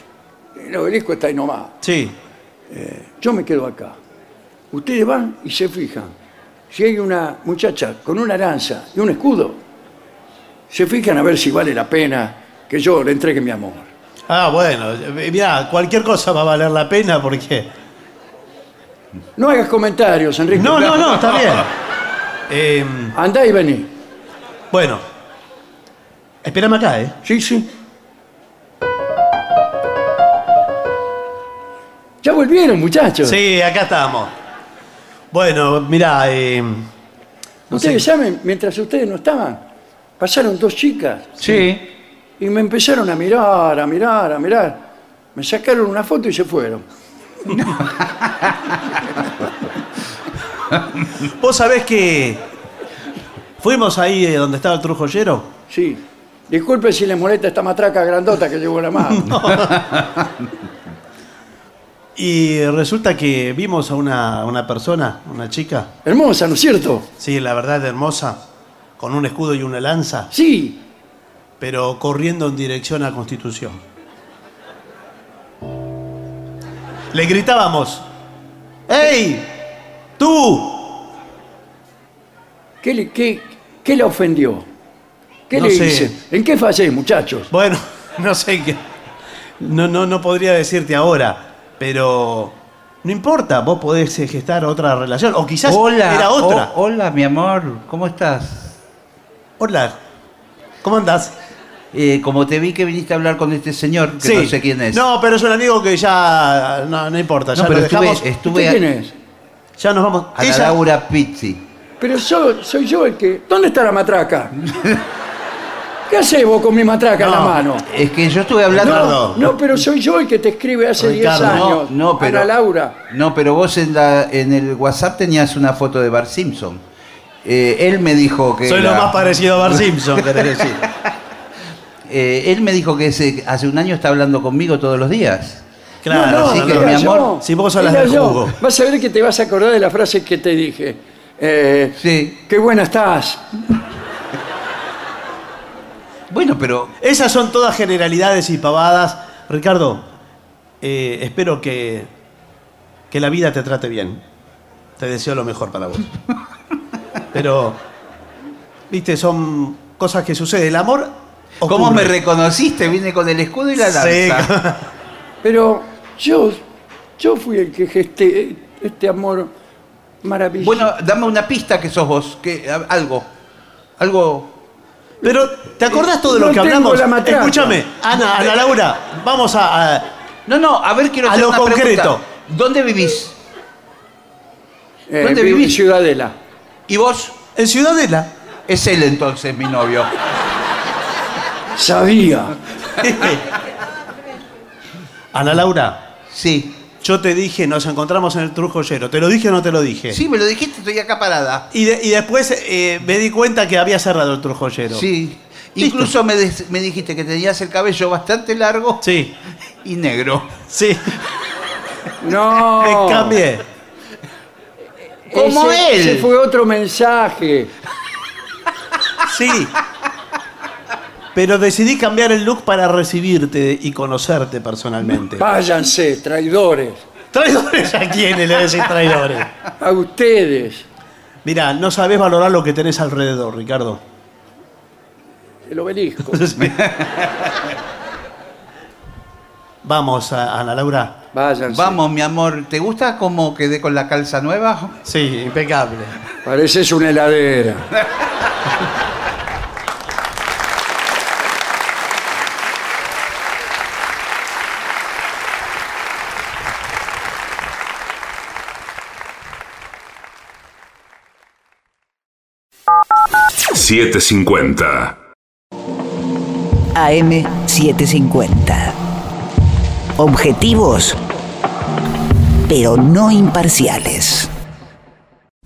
Speaker 3: El obelisco está ahí nomás.
Speaker 4: sí.
Speaker 3: Yo me quedo acá. Ustedes van y se fijan. Si hay una muchacha con una lanza y un escudo, se fijan a ver si vale la pena que yo le entregue mi amor.
Speaker 4: Ah, bueno, mira, cualquier cosa va a valer la pena porque.
Speaker 3: No hagas comentarios, Enrique.
Speaker 4: No, no, no, está bien. Eh,
Speaker 3: Andá y vení.
Speaker 4: bueno, espérame acá, ¿eh?
Speaker 3: Sí, sí. Ya volvieron, muchachos.
Speaker 4: Sí, acá estamos. Bueno, mira, eh,
Speaker 3: ustedes saben, mientras ustedes no estaban, pasaron dos chicas
Speaker 5: sí.
Speaker 3: y me empezaron a mirar, a mirar, a mirar. Me sacaron una foto y se fueron.
Speaker 4: vos sabés que fuimos ahí eh, donde estaba el trujoyero.
Speaker 3: Sí. Disculpe si les molesta esta matraca grandota que llevo en la mano.
Speaker 4: Y resulta que vimos a una, una persona, una chica,
Speaker 3: Hermosa, ¿no es cierto?
Speaker 4: sí, la verdad hermosa, con un escudo y una lanza,
Speaker 3: Sí.
Speaker 4: pero corriendo en dirección a Constitución. Le gritábamos, ¡Ey! ¡Tú!
Speaker 3: ¿Qué le, qué, qué la ofendió? ¿Qué
Speaker 4: No
Speaker 3: le
Speaker 4: sé.
Speaker 3: hice? ¿En qué fallé, muchachos?
Speaker 4: Bueno, no sé qué... No, no, no podría decirte ahora, pero... No importa, vos podés eh, gestar otra relación, o quizás
Speaker 5: Hola.
Speaker 4: era otra.
Speaker 5: ho- hola, mi amor. ¿Cómo estás?
Speaker 4: Hola, ¿cómo andás?
Speaker 5: Eh, como te vi que viniste a hablar con este señor, que
Speaker 4: Sí.
Speaker 5: no sé quién es.
Speaker 4: No, pero es un amigo que ya. No, no importa,
Speaker 5: No,
Speaker 4: ya
Speaker 5: pero
Speaker 4: lo
Speaker 5: estuve,
Speaker 4: dejamos.
Speaker 5: estuve
Speaker 3: ¿Usted
Speaker 5: a,
Speaker 3: quién es?
Speaker 4: Ya nos vamos.
Speaker 5: a la
Speaker 4: Ella-
Speaker 5: Laura Pizzi.
Speaker 3: Pero yo, soy yo el que... ¿Dónde está la matraca? ¿Qué haces vos con mi matraca en la
Speaker 4: No.
Speaker 3: mano?
Speaker 5: Es que yo estuve hablando.
Speaker 4: Ricardo.
Speaker 3: No, no, pero soy yo el que te escribe hace 10
Speaker 4: Ricardo,
Speaker 5: No,
Speaker 3: años.
Speaker 5: no, pero.
Speaker 3: Ana Laura.
Speaker 5: No, pero vos en, la, en el WhatsApp tenías una foto de Bart Simpson. Eh, él me dijo que.
Speaker 4: Soy
Speaker 5: era-
Speaker 4: lo más parecido a Bar Simpson, querés decir.
Speaker 5: Eh, él me dijo que ese- hace un año está hablando conmigo todos los días.
Speaker 4: Claro,
Speaker 5: así
Speaker 4: no,
Speaker 5: que,
Speaker 4: no,
Speaker 5: mi
Speaker 3: era
Speaker 5: amor,
Speaker 3: yo.
Speaker 4: si vos sos las
Speaker 3: Era
Speaker 4: del
Speaker 3: yo.
Speaker 4: jugo.
Speaker 3: Vas a ver que te vas a acordar de la frase que te dije. Eh,
Speaker 5: Sí.
Speaker 3: Qué buena estás.
Speaker 5: Bueno, pero
Speaker 4: Esas son todas generalidades y pavadas. Ricardo, eh, espero que, que la vida te trate bien. Te deseo lo mejor para vos. Pero, viste, son cosas que suceden. El amor.
Speaker 5: ¿cómo me
Speaker 4: ocurre.
Speaker 5: reconociste? Vine con el escudo y la
Speaker 4: Sí.
Speaker 5: lanza.
Speaker 3: Pero yo, yo fui el que gesté este amor maravilloso.
Speaker 5: Bueno, dame una pista que sos vos, que a- algo. Algo.
Speaker 4: Pero, ¿te acordás todo de lo
Speaker 3: No
Speaker 4: que
Speaker 3: tengo
Speaker 4: hablamos?
Speaker 3: la matraca.
Speaker 4: Escúchame, Ana, Ana Laura, vamos a, a-
Speaker 5: No, no, a ver, quiero
Speaker 4: A
Speaker 5: hacer
Speaker 4: lo
Speaker 5: una
Speaker 4: concreto.
Speaker 5: pregunta. ¿Dónde vivís?
Speaker 3: Eh,
Speaker 5: ¿dónde
Speaker 3: vivo en
Speaker 5: vivís?
Speaker 3: Ciudadela.
Speaker 5: ¿Y vos?
Speaker 4: En Ciudadela.
Speaker 5: Es él entonces, mi novio.
Speaker 3: Sabía.
Speaker 4: Ana Laura,
Speaker 5: Sí.
Speaker 4: yo te dije, nos encontramos en el Trujoyero. ¿Te lo dije o no te lo dije?
Speaker 5: Sí, me lo dijiste, estoy acá parada.
Speaker 4: Y, de- y después eh, me di cuenta que había cerrado el Trujoyero.
Speaker 5: Sí.
Speaker 4: Listo.
Speaker 5: Incluso me, des- me dijiste que tenías el cabello bastante largo
Speaker 4: Sí,
Speaker 5: y negro.
Speaker 4: sí.
Speaker 3: No.
Speaker 4: Me cambié.
Speaker 5: como
Speaker 3: Ese-
Speaker 5: él.
Speaker 3: ese fue otro mensaje.
Speaker 4: Sí. Pero decidí cambiar el look para recibirte y conocerte personalmente.
Speaker 3: Váyanse, traidores.
Speaker 4: ¿Traidores a quiénes le decís traidores?
Speaker 3: A ustedes.
Speaker 4: Mira, no sabés valorar lo que tenés alrededor, Ricardo.
Speaker 3: El obelisco.
Speaker 4: Vamos, a- Ana Laura.
Speaker 3: Váyanse.
Speaker 5: Vamos, mi amor, ¿te gusta cómo quedé con la calza nueva?
Speaker 4: Sí, impecable.
Speaker 3: Pareces una heladera.
Speaker 1: 750.
Speaker 6: AM750. Objetivos, pero no imparciales.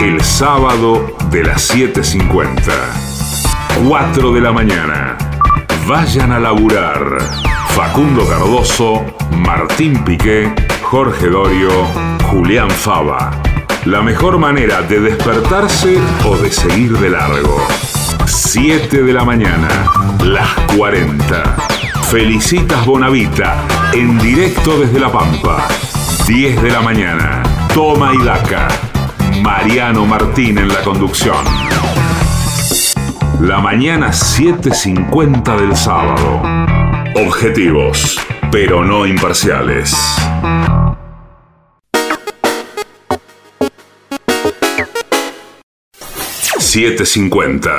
Speaker 1: El sábado de las 7.50. 4 de la mañana. Vayan a laburar. Facundo Cardoso, Martín Piqué, Jorge Dorio, Julián Fava. La mejor manera de despertarse o de seguir de largo. 7 de la mañana, las 40. Felicitas Bonavita, en directo desde La Pampa. 10 de la mañana, Toma y Daca. Mariano Martín en la conducción. La mañana 7.50 del sábado. Objetivos, pero no imparciales. ...7.50...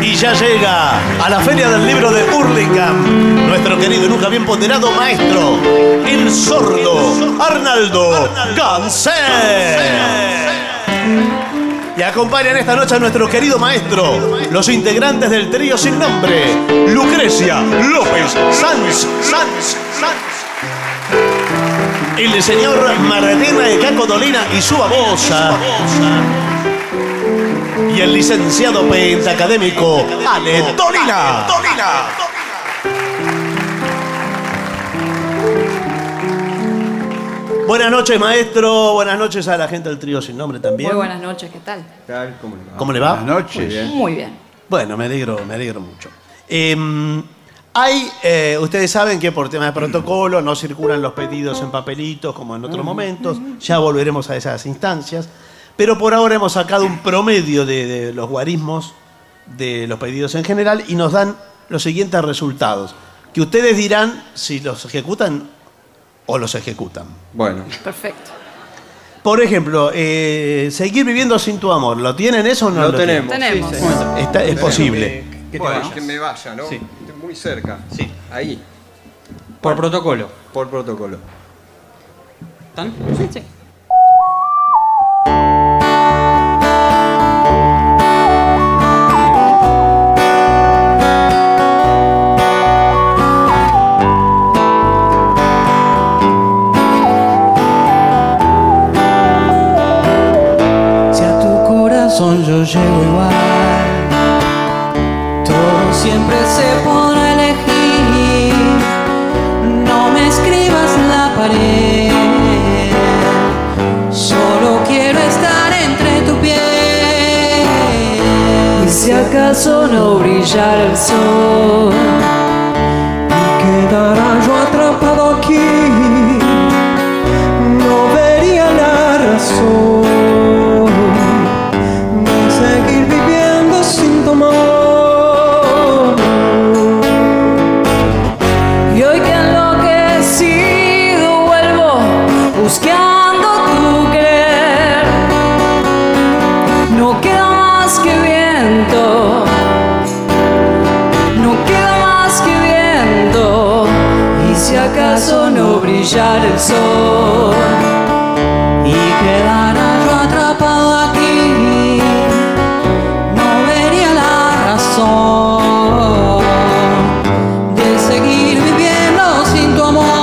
Speaker 4: Y ya llega a la Feria del Libro de Hurlingham nuestro querido y nunca bien ponderado maestro, el sordo Arnaldo Gansé. Y acompañan esta noche a nuestro querido maestro, los integrantes del trío sin nombre, Lucrecia López Sanz, Sanz, Sanz. El señor Martina de Caco Dolina y su babosa. Y el licenciado pentacadémico Ale Dolina. Buenas noches, maestro. Buenas noches a la gente del trío sin nombre también.
Speaker 9: Muy buenas noches, ¿qué tal?
Speaker 4: ¿Cómo le va?
Speaker 5: Buenas noches.
Speaker 9: Muy bien.
Speaker 4: Bueno, me alegro, me alegro mucho. Eh, hay, eh, ustedes saben que por temas de protocolo no circulan los pedidos en papelitos como en otros momentos. Ya volveremos a esas instancias. Pero por ahora hemos sacado un promedio de, de los guarismos de los pedidos en general y nos dan los siguientes resultados. Que ustedes dirán si los ejecutan o los ejecutan.
Speaker 10: Bueno,
Speaker 9: Perfecto.
Speaker 4: Por ejemplo, eh, seguir viviendo sin tu amor. ¿Lo tienen eso o no?
Speaker 10: lo,
Speaker 4: lo tienen?
Speaker 10: tenemos.
Speaker 9: Tenemos.
Speaker 10: sí, señor.
Speaker 4: Está- es posible.
Speaker 10: Que, que te
Speaker 5: Bueno.
Speaker 10: vaya- que me vaya, ¿no? Estoy Muy cerca.
Speaker 11: Sí.
Speaker 10: Ahí,
Speaker 11: Por protocolo.
Speaker 10: por protocolo.
Speaker 11: ¿Están?
Speaker 9: Sí.
Speaker 8: Si a tu corazón yo llego igual, todo siempre se podrá elegir. No me escribas la pared, solo quiero estar entre tu piel. Y si acaso no brillara el sol, me quedará yo atrapado aquí no vería la razón de seguir viviendo sin tu amor. Y hoy que enloquecido vuelvo buscando tu querer, no queda más que viento. No queda más que viento, y si acaso no brillara el sol, y quedara yo atrapado aquí, no vería la razón de seguir viviendo sin tu amor.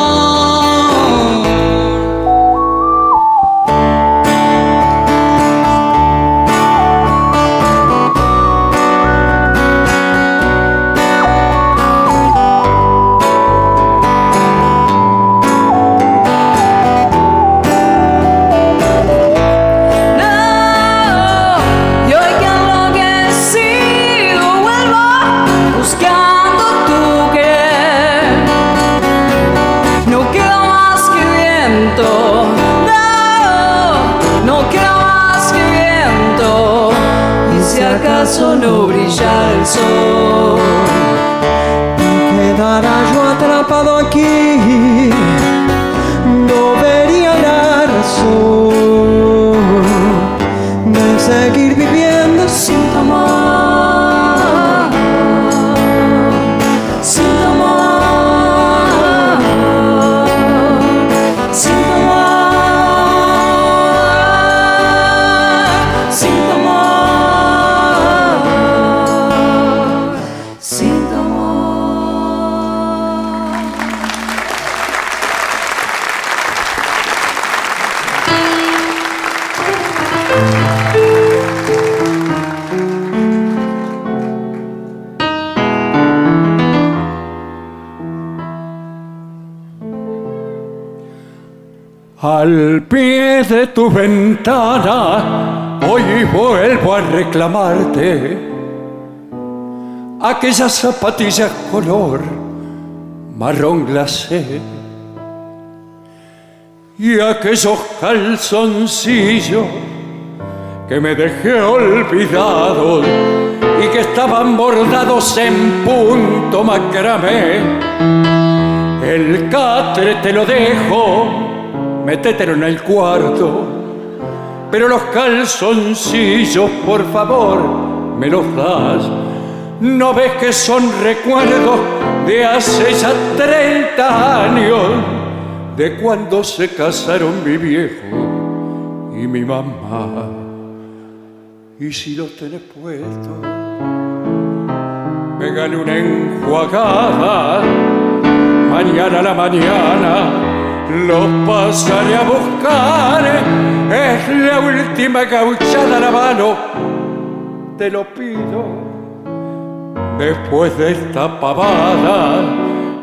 Speaker 8: acaso no brillara el sol. Y quedara yo atrapado aquí, no vería la razón de seguir viviendo sin tu amor. Sin tu amor, sin tu amor, sin tu amor, sin tu amor.
Speaker 9: Al pie de tu ventana, hoy vuelvo a reclamarte aquellas zapatillas color marrón glacé y aquellos calzoncillos que me dejé olvidados y que estaban bordados en punto macramé. El catre te lo dejo metételo en el cuarto. Pero los calzoncillos, por favor, me los das. No ves que son recuerdos de hace ya 30 años, de cuando se casaron mi viejo y mi mamá. Y si los tenés puestos, me gané una enjuagada. Mañana a la mañana los pasaré a buscar. Es la última gauchada a la mano, te lo pido. Después de esta pavada,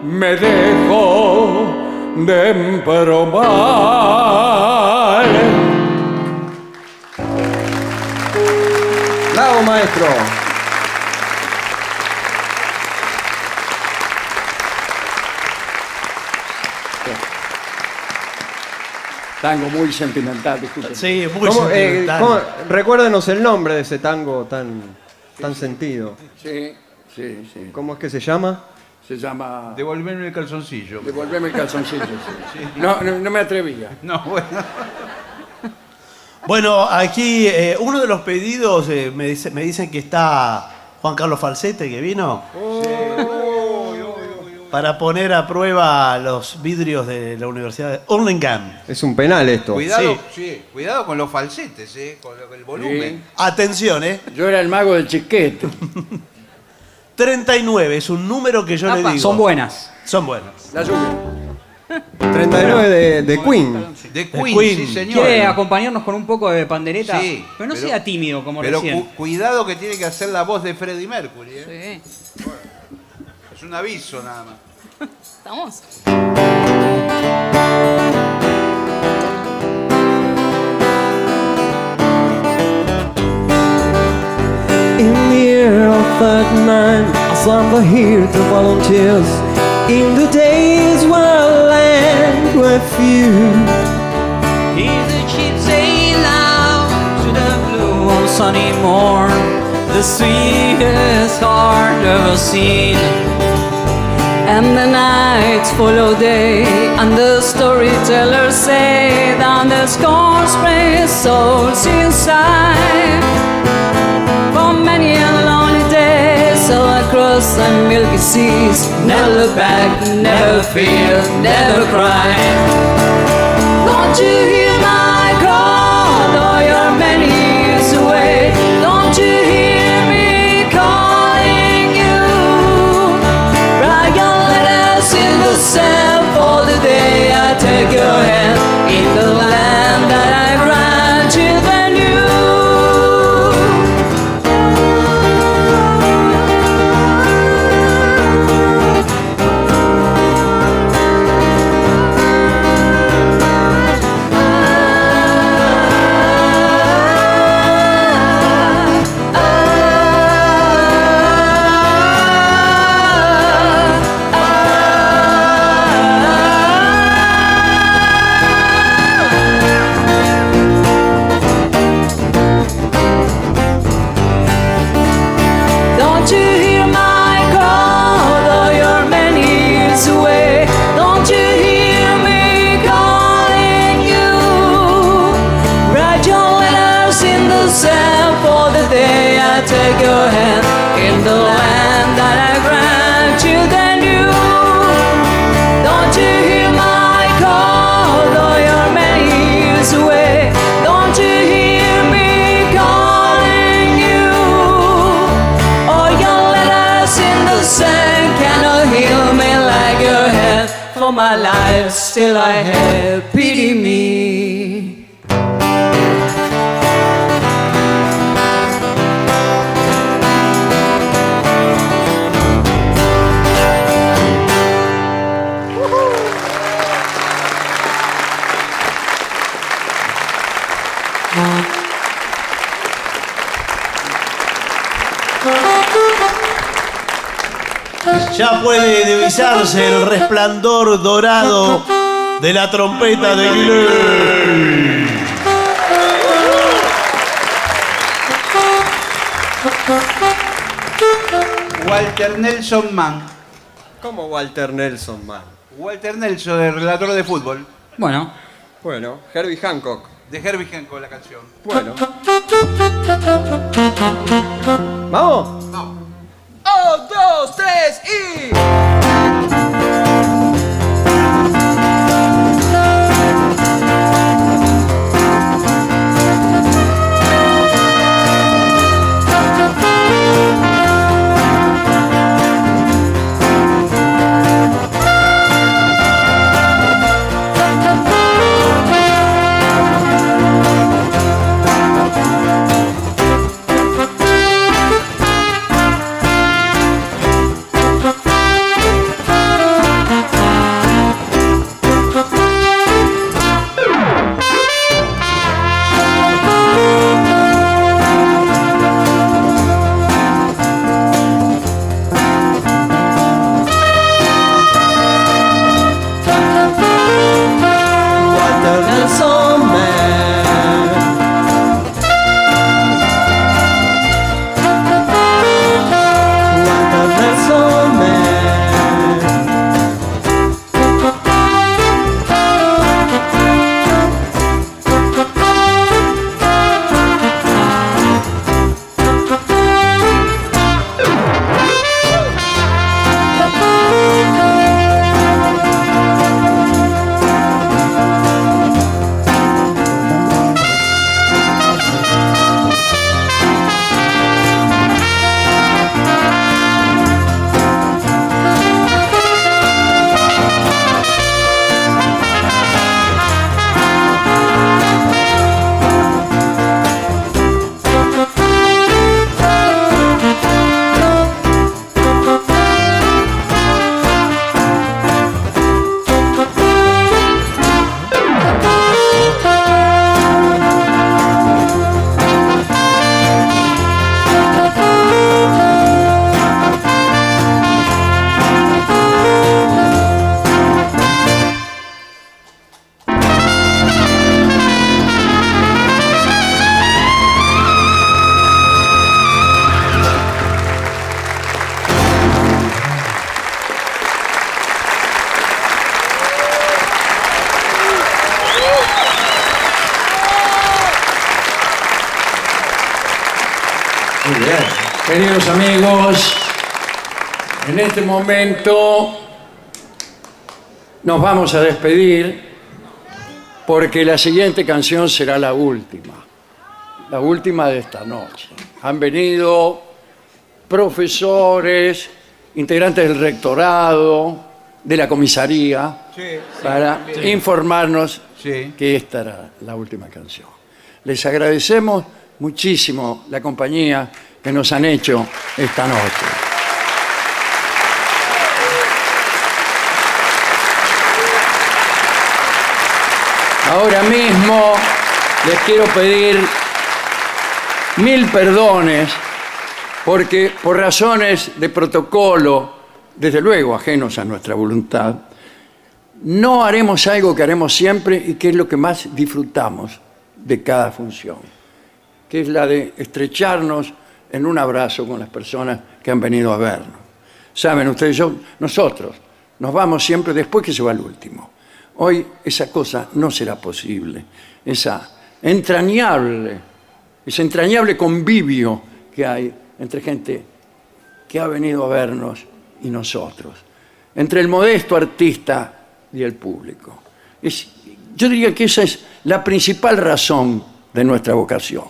Speaker 9: me dejo de embromar.
Speaker 10: Bravo, maestro.
Speaker 3: Tango muy sentimental, disculpen.
Speaker 4: Sí,
Speaker 10: ¿Cómo, eh, cómo- recuérdenos el nombre de ese tango tan, tan sentido.
Speaker 3: Sí, sí, sí.
Speaker 10: ¿Cómo es que se llama?
Speaker 3: Se llama...
Speaker 5: Devolverme el calzoncillo.
Speaker 3: Devolveme el calzoncillo. sí. No, no, no me atrevía.
Speaker 5: No, bueno.
Speaker 4: Bueno, aquí eh, uno de los pedidos eh, me, dice- me dicen que está Juan Carlos Falsete, que vino. Para poner a prueba los vidrios de la Universidad de Hurlingham.
Speaker 10: Es un penal esto.
Speaker 5: Cuidado, sí, cuidado con los falsetes, eh, con lo- el volumen.
Speaker 4: Atención, ¿eh?
Speaker 3: Yo era el mago del chiquete.
Speaker 4: 39 es un número que yo le
Speaker 11: Apa.
Speaker 4: digo.
Speaker 11: Son buenas.
Speaker 4: Son buenas.
Speaker 3: La lluvia.
Speaker 10: 39 de, de Queen.
Speaker 5: De
Speaker 4: De
Speaker 5: Queen,
Speaker 4: Queen.
Speaker 5: sí, señor.
Speaker 11: ¿Quiere acompañarnos con un poco de pandereta?
Speaker 5: Sí,
Speaker 11: Pero no
Speaker 5: pero-
Speaker 11: sea tímido como
Speaker 5: Pero
Speaker 11: recién.
Speaker 5: cu- cuidado que tiene que hacer la voz de Freddie Mercury. eh. Es un aviso nada más.
Speaker 12: ¿Estamos?
Speaker 13: In the year of 39, I volunteer to volunteers. In the days when our land were few,
Speaker 8: Hear the chips say loud to the blue on sunny morn, the sweetest heart ever seen.
Speaker 12: And the nights follow day, and the storytellers say that the scars spray souls inside. For many and lonely days, all across the milky seas, never look back, never fear, never cry. Don't you hear my call, though you're many years away? Don't you hear me calling you? Write your letters in the sand for the day I take your hand in the land that I ran children you. I Ah,
Speaker 8: Oh, my life, still I have pity me.
Speaker 4: Ya puede divisarse el resplandor dorado de la trompeta de Glenn.
Speaker 5: Walter Nelson Mann.
Speaker 10: ¿Cómo Walter Nelson Mann?
Speaker 5: Walter Nelson, el relator de fútbol.
Speaker 10: Bueno. Bueno, Herbie Hancock.
Speaker 5: De Herbie Hancock la canción.
Speaker 10: Bueno. ¿Vamos?
Speaker 12: Un, dos, tres y.
Speaker 13: Walter Nelson Man. Walter Nelson Man.
Speaker 3: Queridos amigos, en este momento nos vamos a despedir porque la siguiente canción será la última, la última de esta noche. Han venido profesores, integrantes del rectorado, de la comisaría, para
Speaker 5: sí.
Speaker 3: informarnos que esta era la última canción. Les agradecemos muchísimo la compañía que nos han hecho esta noche. Ahora mismo les quiero pedir mil perdones porque por razones de protocolo, desde luego ajenos a nuestra voluntad, no haremos algo que haremos siempre y que es lo que más disfrutamos de cada función, que es la de estrecharnos en un abrazo con las personas que han venido a vernos. Saben ustedes, yo, nosotros nos vamos siempre después que se va el último. Hoy esa cosa no será posible, esa entrañable, ese entrañable convivio que hay entre gente que ha venido a vernos y nosotros, entre el modesto artista y el público. Es- yo diría que esa es la principal razón de nuestra vocación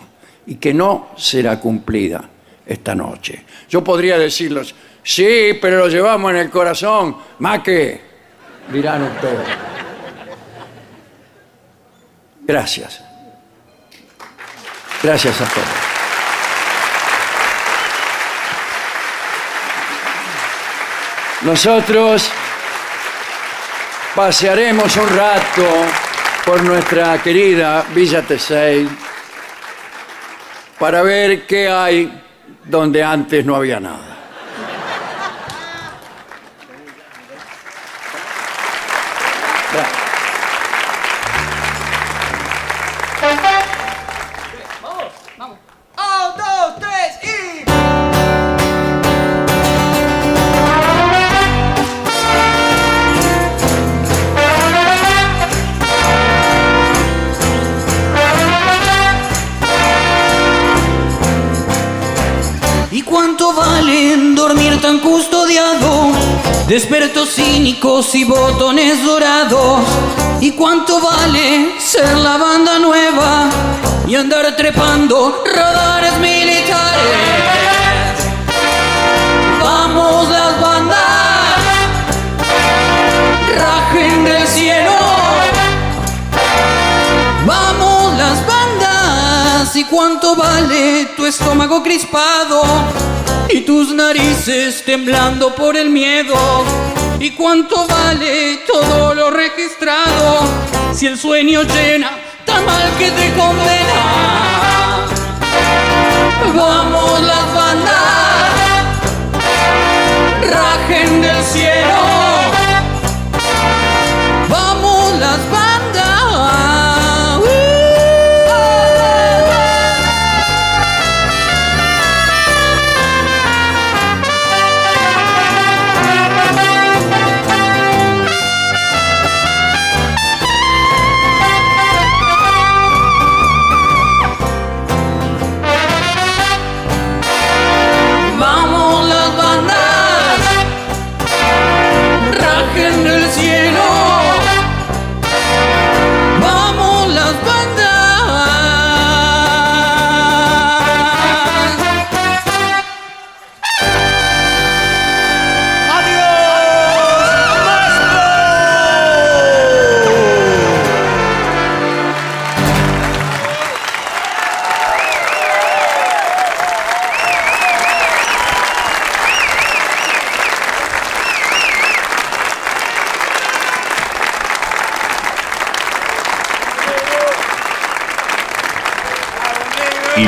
Speaker 3: y que no será cumplida esta noche. Yo podría decirles, sí, pero lo llevamos en el corazón, más que... dirán ustedes. Gracias. Gracias a todos. Nosotros pasearemos un rato por nuestra querida Villa Tesey para ver qué hay donde antes no había nada.
Speaker 8: Un, dos, tres y.
Speaker 14: ¿Y cuánto valen dormir tan custodiado? Despertos cínicos y botones dorados. ¿Y cuánto vale ser la banda nueva y andar trepando radares militares? Vamos las bandas, rajen del cielo. Vamos las bandas, ¿y cuánto vale tu estómago crispado? Y tus narices temblando por el miedo. ¿Y cuánto vale todo lo registrado? Si el sueño llena tan mal que te condena. Vamos las bandas, rajen del cielo. Vamos las bandas. Vamos las bandas, rajen del cielo. Vamos las bandas.
Speaker 1: Y